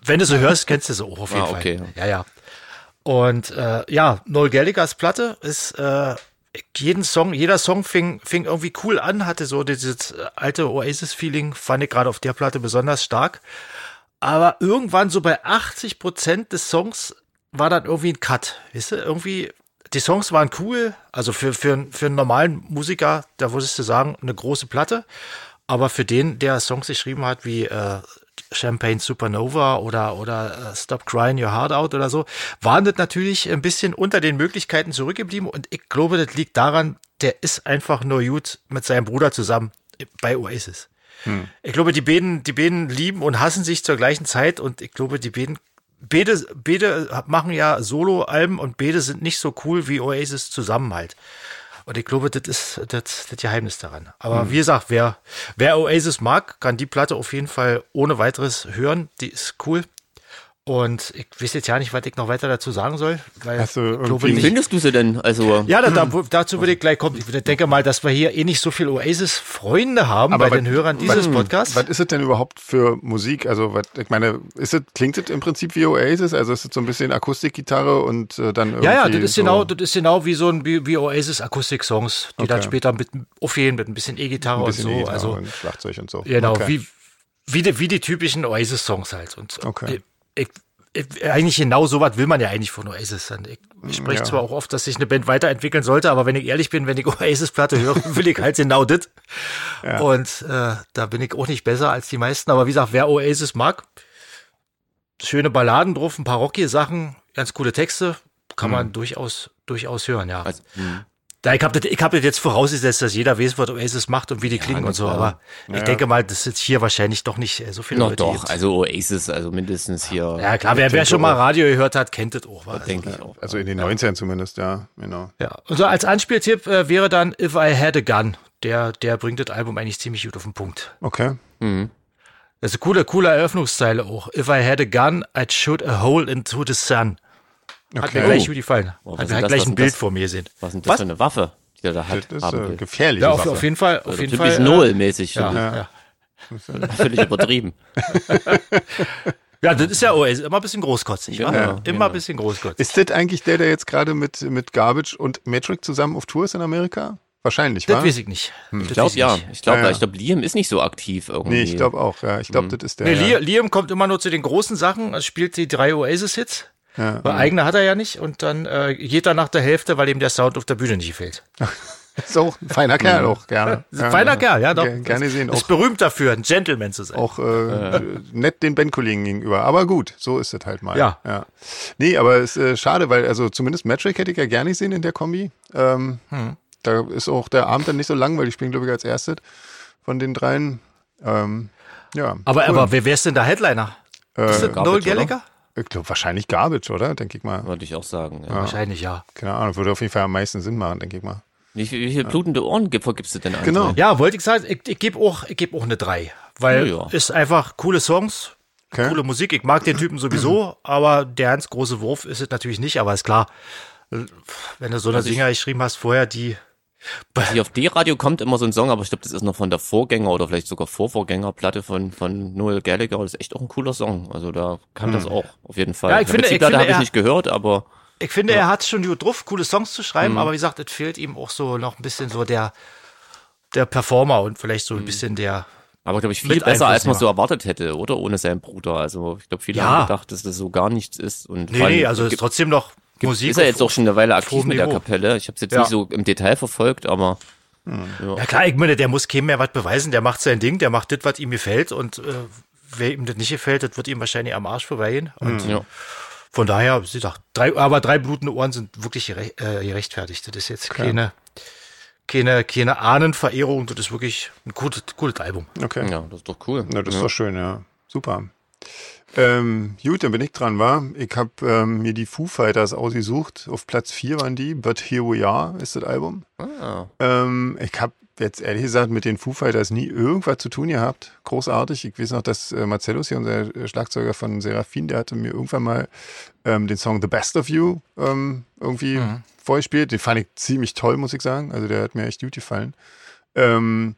wenn du so hörst, kennst du sie auch auf jeden Ah, okay. Fall. Ja, ja. Und äh, ja, Noel Gallagher's Platte ist äh, jeden Song, jeder Song fing, fing irgendwie cool an, hatte so dieses äh, alte Oasis-Feeling, fand ich gerade auf der Platte besonders stark. Aber irgendwann so bei 80 Prozent des Songs war dann irgendwie ein Cut. Weißt du, irgendwie, die Songs waren cool, also für, für, für einen normalen Musiker, da würdest du sagen, eine große Platte. Aber für den, der Songs geschrieben hat, wie äh, Champagne Supernova oder, oder äh, Stop Crying Your Heart Out oder so, waren das natürlich ein bisschen unter den Möglichkeiten zurückgeblieben. Und ich glaube, das liegt daran, der ist einfach nur gut mit seinem Bruder zusammen bei Oasis. Ich glaube, die beiden, die beiden lieben und hassen sich zur gleichen Zeit und ich glaube, die beiden, beide, beide machen ja Solo-Alben und beide sind nicht so cool wie Oasis zusammen halt. Und ich glaube, das ist das, das Geheimnis daran. Mhm. Aber wie gesagt, wer, wer Oasis mag, kann die Platte auf jeden Fall ohne weiteres hören. Die ist cool. Und ich weiß jetzt ja nicht, was ich noch weiter dazu sagen soll. Weil Also ich irgendwie- Hm. Wie Nicht- findest du sie denn? Also, ja, da, da, dazu würde ich gleich kommen. Ich denke mal, dass wir hier eh nicht so viel Oasis-Freunde haben Aber bei was- den Hörern dieses Podcasts. Was ist es denn überhaupt für Musik? Also, was, ich meine, ist es, klingt es im Prinzip wie Oasis? Also, ist es so ein bisschen Akustikgitarre und äh, dann irgendwie. Ja, ja, das ist so, genau, das ist genau wie so ein wie, wie Oasis Akustik Songs, die dann Okay. später mit aufgehen mit ein bisschen ein E-Gitarre und bisschen so, so, Gitarre also und Schlagzeug und so. genau, Okay. wie wie die, wie die typischen Oasis Songs halt und Okay. ich, ich, eigentlich genau sowas will man ja eigentlich von Oasis. Und Ich, ich spreche Ja. zwar auch oft, dass sich eine Band weiterentwickeln sollte, aber wenn ich ehrlich bin, wenn ich Oasis Platte höre, will ich halt genau das. Und äh, da bin ich auch nicht besser als die meisten, aber wie gesagt, wer Oasis mag, schöne Balladen drauf, ein paar rockige Sachen, ganz coole Texte, kann Mhm. man durchaus, durchaus hören, ja. Also, hm. da, ich habe das, ich hab das jetzt vorausgesetzt, dass jeder weiß, was Oasis macht und wie die klingen na und so, klar. aber ich Ja. denke mal, das ist hier wahrscheinlich doch nicht äh, so viele na Leute doch, gibt. also Oasis, also mindestens hier, ja klar, wer, wer schon mal Radio gehört hat, kennt das auch. wa? Also, denke ich auch. Also in den 90ern zumindest, ja, genau. ja. Und so als Anspieltipp äh, wäre dann If I Had a Gun. Der, der bringt das Album eigentlich ziemlich gut auf den Punkt. Okay. Das ist eine coole, coole Eröffnungszeile auch. If I had a gun, I'd shoot a hole into the sun. Hat Okay. mir gleich Oh. gut gefallen. Oh, was Hat ist mir halt das, gleich was ein ist Bild das? vor mir sehen. Was ist denn das Was? für eine Waffe, die der da hat, Das ist haben äh, will? gefährlich. Ja, auf, auf jeden Fall. Auf Also jeden typisch Fall. Noel-mäßig, Äh, ja, finde ja. ich. völlig übertrieben. äh, ja, das ist ja Oasis. Immer ein bisschen großkotzig. wa? Genau, Immer genau. ein bisschen großkotzig. Ist das eigentlich der, der jetzt gerade mit, mit Garbage und Metric zusammen auf Tour ist in Amerika? Wahrscheinlich, Das wa? weiß ich nicht. Das Ich glaube, weiß ja. nicht. Ich glaube, Ja, ja. ich glaube, Liam ist nicht so aktiv irgendwie. Nee, ich glaube auch, ja. Ich glaube, das ist der. Mhm. Nee, ja. Liam, Liam kommt immer nur zu den großen Sachen, also spielt die drei Oasis-Hits. Ja. Weil eigene hat er ja nicht und dann äh, geht er nach der Hälfte, weil ihm der Sound auf der Bühne nicht gefällt. Ist auch ein feiner Kerl auch, gerne. Ja, Feiner ja. Kerl, ja doch. Ger- Gerne sehen, Ist auch, berühmt dafür, ein Gentleman zu sein. auch äh, nett den Bandkollegen gegenüber. Aber gut, so ist es halt mal. Ja. ja. Nee, aber ist äh, schade, weil also zumindest Metric hätte ich ja gerne gesehen in der Kombi. Ähm, Hm. Da ist auch der Abend dann nicht so lang, weil die spielen, glaube ich, als erstes von den dreien. Ähm, ja. Aber, aber wer wär's denn der Headliner? Äh, ist das Garbage, Noel oder? Gallagher? Ich glaube, wahrscheinlich Garbage, oder? Denke ich mal. Würde ich auch sagen. Ja. Wahrscheinlich, ja. Keine Ahnung, würde auf jeden Fall am meisten Sinn machen, denke ich mal. Wie, viel- wie viele blutende Ohren gibt- vergibst du denn eigentlich? Genau. Ja, wollte ich sagen, ich, ich gebe auch, ich geb auch eine 3. Weil Ja, ja. ist einfach coole Songs, Okay. coole Musik. Ich mag den Typen sowieso, aber der ganz große Wurf ist es natürlich nicht, aber ist klar, äh, wenn du Also so eine Dinger geschrieben hast vorher, die. Hier auf D-Radio kommt immer so ein Song, aber ich glaube, das ist noch von der Vorgänger oder vielleicht sogar Vorvorgängerplatte von, von Noel Gallagher. Das ist echt auch ein cooler Song. Also da Hm. kann das auch, auf jeden Fall. Ja, ich Die finde- ich Prinzipplatte finde, habe ich er- nicht gehört, aber Ich finde, er hat schon gut drauf, coole Songs zu schreiben, Mhm. aber wie gesagt, es fehlt ihm auch so noch ein bisschen so der, der Performer und vielleicht Mhm. so ein bisschen der. Aber glaube ich viel Mit besser, als man Einflussnehmer. so erwartet hätte, oder? Ohne seinen Bruder. Also ich glaube, viele Ja. haben gedacht, dass das so gar nichts ist. Und vor Nee, allem nee, also ist gibt- trotzdem noch Musik. ist er auf- jetzt auch schon eine Weile aktiv hohem mit der Niveau. Kapelle. Ich habe es jetzt Ja. nicht so im Detail verfolgt, aber Ja klar, ich meine, der muss keinem mehr was beweisen, der macht sein Ding, der macht das, was ihm gefällt und äh, wer ihm das nicht gefällt, das wird ihm wahrscheinlich am Arsch vorbeigehen. Und ja. von daher, sie sagt, drei, aber drei blutende Ohren sind wirklich gere äh, gerechtfertigt. Das ist jetzt keine, keine, keine Ahnenverehrung, das ist wirklich ein gutes, gutes Album. Okay. ja, das ist doch cool. Na, das ist doch schön, ja. Super. Ähm, gut, dann bin ich dran, war. Ich habe ähm, mir die Foo Fighters ausgesucht. Auf Platz 4 waren die. But Here We Are ist das Album. Ah. Ähm, ich habe jetzt ehrlich gesagt mit den Foo Fighters nie irgendwas zu tun gehabt. Großartig. Ich weiß noch, dass äh, Marcellus hier, unser äh, Schlagzeuger von Seraphin, der hatte mir irgendwann mal ähm, den Song The Best of You ähm, irgendwie vorgespielt. Den fand ich ziemlich toll, muss ich sagen. Also der hat mir echt gut gefallen. Ähm,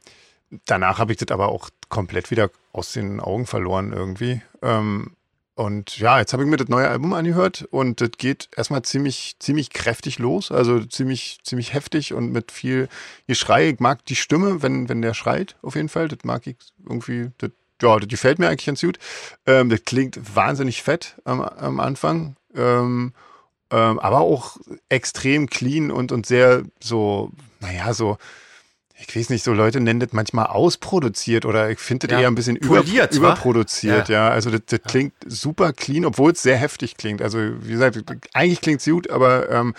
danach habe ich das aber auch komplett wieder aus den Augen verloren irgendwie. Ähm, und ja, jetzt habe ich mir das neue Album angehört und das geht erstmal ziemlich, ziemlich kräftig los, also ziemlich, ziemlich heftig und mit viel Geschrei. Ich mag die Stimme, wenn, wenn der schreit, auf jeden Fall. Das mag ich irgendwie, das, ja, das gefällt mir eigentlich ganz gut. Ähm, das klingt wahnsinnig fett am, am Anfang. Ähm, ähm, aber auch extrem clean und, und sehr so, naja, so, ich weiß nicht, so Leute nennen das manchmal ausproduziert oder ich finde das Ja, eher ein bisschen über, poliert, wa? überproduziert, Ja. ja. Also das, das klingt super clean, obwohl es sehr heftig klingt. Also wie gesagt, eigentlich klingt es gut, aber ähm,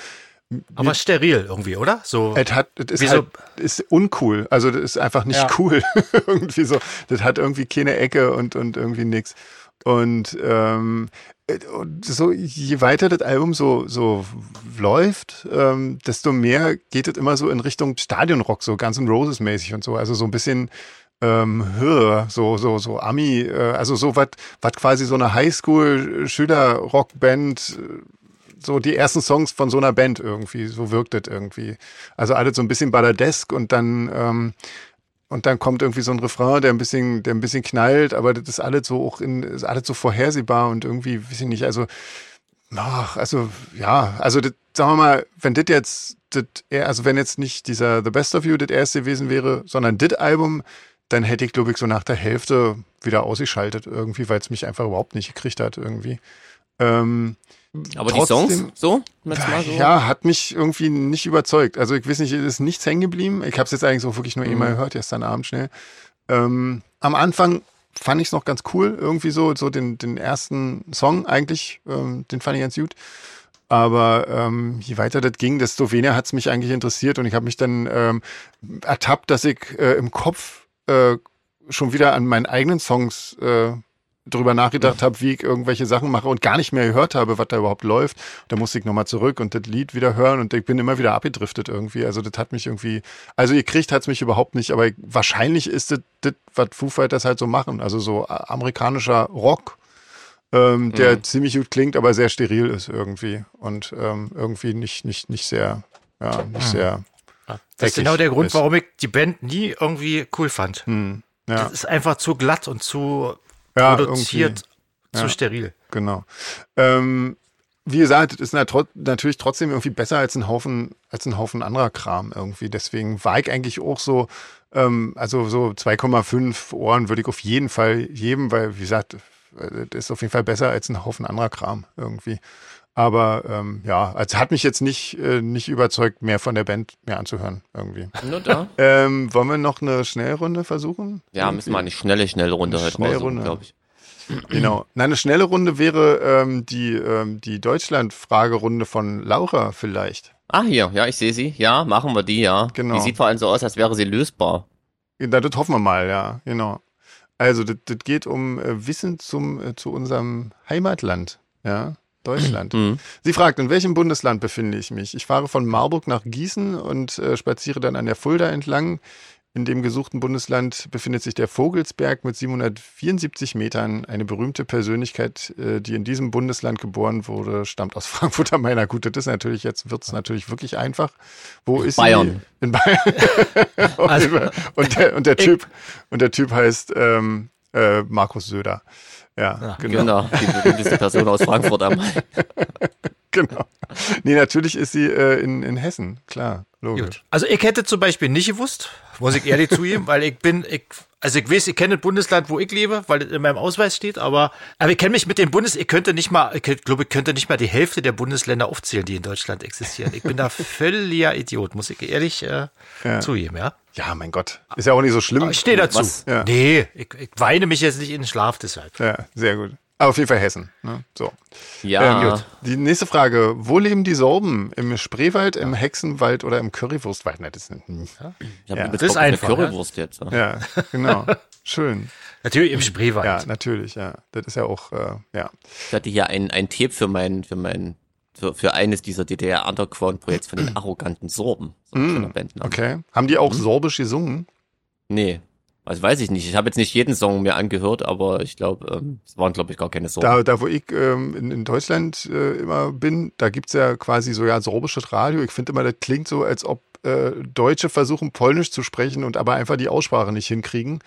Aber steril irgendwie, oder? So. es hat, es ist, Wieso? halt, ist uncool. Also das ist einfach nicht Ja. cool. irgendwie so. Das hat irgendwie keine Ecke und, und irgendwie nix. Und ähm, und so, je weiter das Album so, so läuft, ähm, desto mehr geht es immer so in Richtung Stadionrock, so Guns N' Roses mäßig und so. Also so ein bisschen ähm, höher, so, so, so Ami, äh, also so was, was quasi so eine Highschool-Schüler-Rockband, äh, so die ersten Songs von so einer Band irgendwie, so wirkt das irgendwie. Also alles so ein bisschen balladesk und dann, ähm, und dann kommt irgendwie so ein Refrain, der ein bisschen, der ein bisschen knallt, aber das ist alles so auch in, ist alles so vorhersehbar und irgendwie, weiß ich nicht, also, ach, also, ja, also, das, sagen wir mal, wenn das jetzt, das, also wenn jetzt nicht dieser The Best of You das erste gewesen wäre, sondern das Album, dann hätte ich, glaube ich, so nach der Hälfte wieder ausgeschaltet irgendwie, weil es mich einfach überhaupt nicht gekriegt hat irgendwie. Ähm, aber Trotzdem, die Songs so? so? Ja, hat mich irgendwie nicht überzeugt. Also ich weiß nicht, ist nichts hängen geblieben. Ich habe es jetzt eigentlich so wirklich nur mhm. einmal gehört, gestern Abend schnell. Ähm, am Anfang fand ich es noch ganz cool, irgendwie so, so den, den ersten Song eigentlich, ähm, den fand ich ganz gut. Aber ähm, je weiter das ging, desto weniger hat es mich eigentlich interessiert und ich habe mich dann ähm, ertappt, dass ich äh, im Kopf äh, schon wieder an meinen eigenen Songs äh, drüber nachgedacht habe, wie ich irgendwelche Sachen mache und gar nicht mehr gehört habe, was da überhaupt läuft. Da musste ich nochmal zurück und das Lied wieder hören und ich bin immer wieder abgedriftet irgendwie. Also das hat mich irgendwie, also ihr kriegt hat's mich überhaupt nicht, aber wahrscheinlich ist das, das was Foo Fighters halt so machen. Also so amerikanischer Rock, ähm, der mhm. ziemlich gut klingt, aber sehr steril ist irgendwie und ähm, irgendwie nicht, nicht, nicht sehr, ja, nicht mhm. sehr. Das ist genau der Grund, ist. warum ich die Band nie irgendwie cool fand. Mhm. Ja. Das ist einfach zu glatt und zu ja, produziert irgendwie. zu ja, steril. Genau. Ähm, wie gesagt, es ist na tro natürlich trotzdem irgendwie besser als ein Haufen, als ein Haufen anderer Kram irgendwie. Deswegen war ich eigentlich auch so, ähm, also so 2,5 Ohren würde ich auf jeden Fall geben, weil, wie gesagt, äh, das ist auf jeden Fall besser als ein Haufen anderer Kram irgendwie. Aber ähm, ja, also hat mich jetzt nicht, äh, nicht überzeugt, mehr von der Band mehr anzuhören irgendwie. Nur da. ähm, wollen wir noch eine Schnellrunde versuchen? Ja, irgendwie? müssen wir eine schnelle, schnelle also, Runde heute Schnellrunde. glaube ich. Genau. Nein, eine schnelle Runde wäre ähm, die, ähm, die Deutschland-Fragerunde von Laura vielleicht. Ah, hier, ja, ich sehe sie. Ja, machen wir die, ja. Genau. Die sieht vor allem so aus, als wäre sie lösbar. Na, das hoffen wir mal, ja, genau. Also, das, das geht um äh, Wissen zum, äh, zu unserem Heimatland, ja. Deutschland. Hm. Mhm. Sie fragt, in welchem Bundesland befinde ich mich? Ich fahre von Marburg nach Gießen und äh, spaziere dann an der Fulda entlang. In dem gesuchten Bundesland befindet sich der Vogelsberg mit 774 Metern. Eine berühmte Persönlichkeit, äh, die in diesem Bundesland geboren wurde, stammt aus Frankfurt am Main. Na gut, das ist natürlich, jetzt wird es natürlich wirklich einfach. Wo ist Bayern. sie? In Bayern. also, und, der, und, der, Typ, und der Typ heißt ähm, äh, Markus Söder. Ja, ja, genau. genau. Die berühmteste Person aus Frankfurt am Main. genau. Nee, natürlich ist sie äh, in, in Hessen, klar, logisch. Gut. Also ich hätte zum Beispiel nicht gewusst, muss ich ehrlich zugeben, weil ich bin, ich, also ich weiß, ich kenne das Bundesland, wo ich lebe, weil es in meinem Ausweis steht, aber, aber ich kenne mich mit dem Bundes, ich könnte nicht mal, ich glaube, ich könnte nicht mal die Hälfte der Bundesländer aufzählen, die in Deutschland existieren. Ich bin da völliger Idiot, muss ich ehrlich äh, ja. zugeben, ja. Ja, mein Gott. Ist ja auch nicht so schlimm. Aber ich stehe dazu. Ja. Nee, ich, ich, weine mich jetzt nicht in den Schlaf deshalb. Ja, sehr gut. Aber auf jeden Fall Hessen. Ne? So. Ja. Ähm, gut. Die nächste Frage. Wo leben die Sorben? Im Spreewald, im Hexenwald oder im Currywurstwald? Na, das, ja. ich ja. das ist einfach. Currywurst ja? jetzt. Ja, genau. Schön. Natürlich im Spreewald. Ja, natürlich, ja. Das ist ja auch, äh, ja. Ich hatte hier einen, einen Tipp für meinen, für meinen für, für, eines dieser DDR-Underground-Projekts von den arroganten Sorben. So mm, okay. Haben die auch mhm. sorbisch gesungen? ne? Nee. Also weiß ich nicht. Ich habe jetzt nicht jeden Song mir angehört, aber ich glaube, ähm, es waren, glaube ich, gar keine Sorben. Da, da wo ich ähm, in, in, Deutschland äh, immer bin, da gibt es ja quasi so ja sorbisches Radio. Ich finde immer, das klingt so, als ob äh, Deutsche versuchen, Polnisch zu sprechen und aber einfach die Aussprache nicht hinkriegen.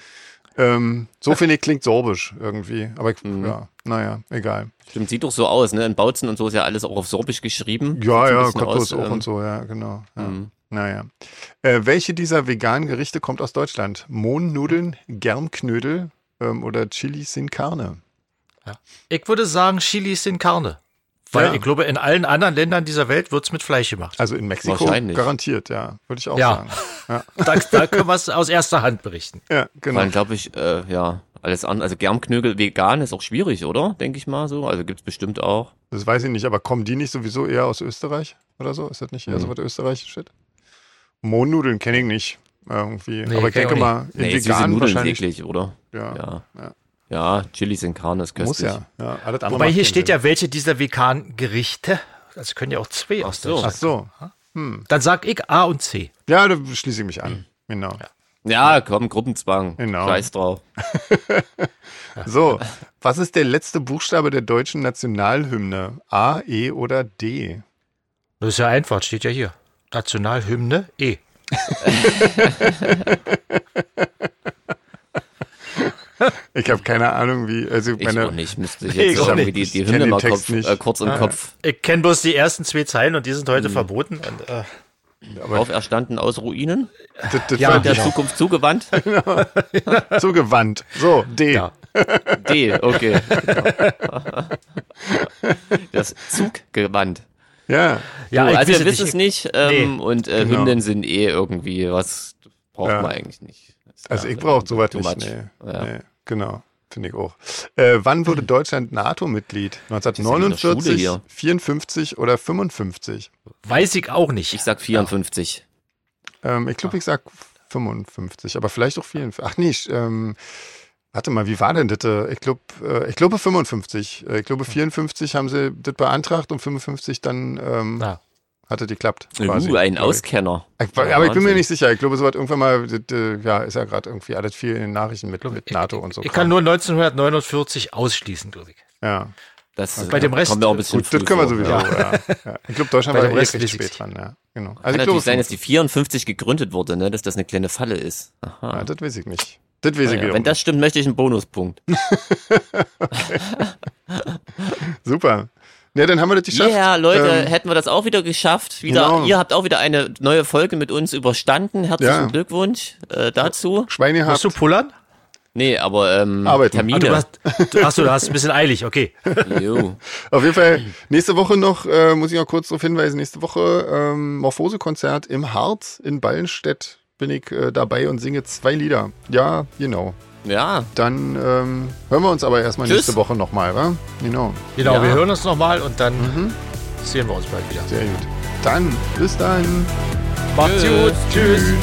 Ähm, so finde ich klingt sorbisch irgendwie. Aber ich, mhm. ja, naja, egal. Stimmt, sieht doch so aus, ne? In Bautzen und so ist ja alles auch auf Sorbisch geschrieben. Ja, ja, Cottbus auch ähm, und so, ja, genau. Ja. Mhm. Naja. Äh, welche dieser veganen Gerichte kommt aus Deutschland? Mohnnudeln, Germknödel ähm, oder Chili sin Carne? Ja. Ich würde sagen Chili sin Carne. Weil ja. ich glaube, in allen anderen Ländern dieser Welt wird's mit Fleisch gemacht. Also in Mexiko garantiert, ja. Würde ich auch ja. sagen. Ja. da, da können wir es aus erster Hand berichten. Ja, genau. Dann glaube ich, äh, ja, alles an. Also Germknödel vegan ist auch schwierig, oder? Denke ich mal so. Also gibt's bestimmt auch. Das weiß ich nicht, aber kommen die nicht sowieso eher aus Österreich oder so? Ist das nicht eher mhm. so was österreichisches? Mohnnudeln kenne ich nicht. Irgendwie. Nee, aber ich denke mal, in nee, vegan süße Nudeln wahrscheinlich. Eklig, oder? ja. ja. Ja, Chilis in Karne ist Muss köstlich. ja. ja alles andere Wobei macht hier keinen steht Sinn. ja, welche dieser veganen Gerichte. Also können ja auch zwei aus so. so. Ach so. Dann sag ich A und C. Ja, da schließe ich mich an. Genau. Ja, komm, Gruppenzwang. Genau. Scheiß drauf. So, was ist der letzte Buchstabe der deutschen Nationalhymne? A, E oder D? Das ist ja einfach, steht ja hier. Nationalhymne E. Ich habe keine Ahnung, wie. Also Ich meine, auch nicht. Müsste ich Nee, jetzt ich auch sagen, wie nicht. die, die Ich Hymne kenn den mal Text Kopf, nicht. Ah, äh, kurz im Kopf. Ich kenne bloß die ersten zwei Zeilen und die sind heute verboten. Und, äh, Auferstanden aus Ruinen, Das, das Ja, war der genau. Zukunft zugewandt. zugewandt. So, D. Ja. D, okay. Das Zuggewand. Ja. ja, also weiß wir wissen es ich- nicht ähm, und äh, Genau. Hymnen sind eh irgendwie, was braucht Ja. man eigentlich nicht. Das Also ist ich ja brauche sowas too nicht. much. Nee. Ja. Nee. Genau, finde ich auch. Äh, wann wurde Deutschland NATO-Mitglied? Das ist ja 1949, wieder Schule 54 oder 55? Weiß ich auch nicht. Ich sag 54. Ähm, ich Ah. glaube, ich sag 55, aber vielleicht auch 54. Ach nee, ich, ähm, warte mal, wie war denn das? äh? Ich glaube, äh, ich glaube 55. Äh, Ich glaube Hm. 54 haben sie das beantragt und 55 dann ähm, Ja. Ah. hatte die geklappt. Uh, ein glaub ich. Auskenner. Ich, war- aber ich bin mir Wahnsinn. nicht sicher. Ich glaube, so hat irgendwann mal, das, äh, ja, ist ja gerade irgendwie alles viel in den Nachrichten mit, mit NATO und so. Ich kann nur 1949 ausschließen, glaube ich. ja. Das äh, Bei dem Rest- kommt mir auch ein bisschen Gut, das früh können wir vor. sowieso. Ja. Ja. Ja. Ich glaube, Deutschland Bei war der eh recht US-Politik. spät dran. Ja. Kann Genau. Also ich glaube, natürlich sein, dass die 54 gegründet wurde, ne? dass das eine kleine Falle ist. Aha. ja, das weiß ich nicht. Das weiß ich Naja, wiederum wenn das stimmt, möchte ich einen Bonuspunkt. nicht. Super. Ja, dann haben wir das Ja, geschafft. yeah, Leute, Ähm, hätten wir das auch wieder geschafft. Wieder, genau. Ihr habt auch wieder eine neue Folge mit uns überstanden. Herzlichen Ja. Glückwunsch äh, dazu. Schweine gehabt. Musst du pullern? Nee, aber ähm, Arbeiten. Ah, Termine. du hast, du, achso, du hast ein bisschen eilig, okay. Jo. Auf jeden Fall, nächste Woche noch, äh, muss ich noch kurz darauf hinweisen, nächste Woche ähm, Morphose-Konzert im Harz in Ballenstedt bin ich äh, dabei und singe zwei Lieder. Ja, genau. Ja, Dann ähm, hören wir uns aber erstmal Tschüss. nächste Woche nochmal, wa? Genau, Genau, Ja. wir hören uns nochmal und dann sehen wir uns bald wieder. sehr gut. Dann, bis dann. Macht's gut. Tschüss.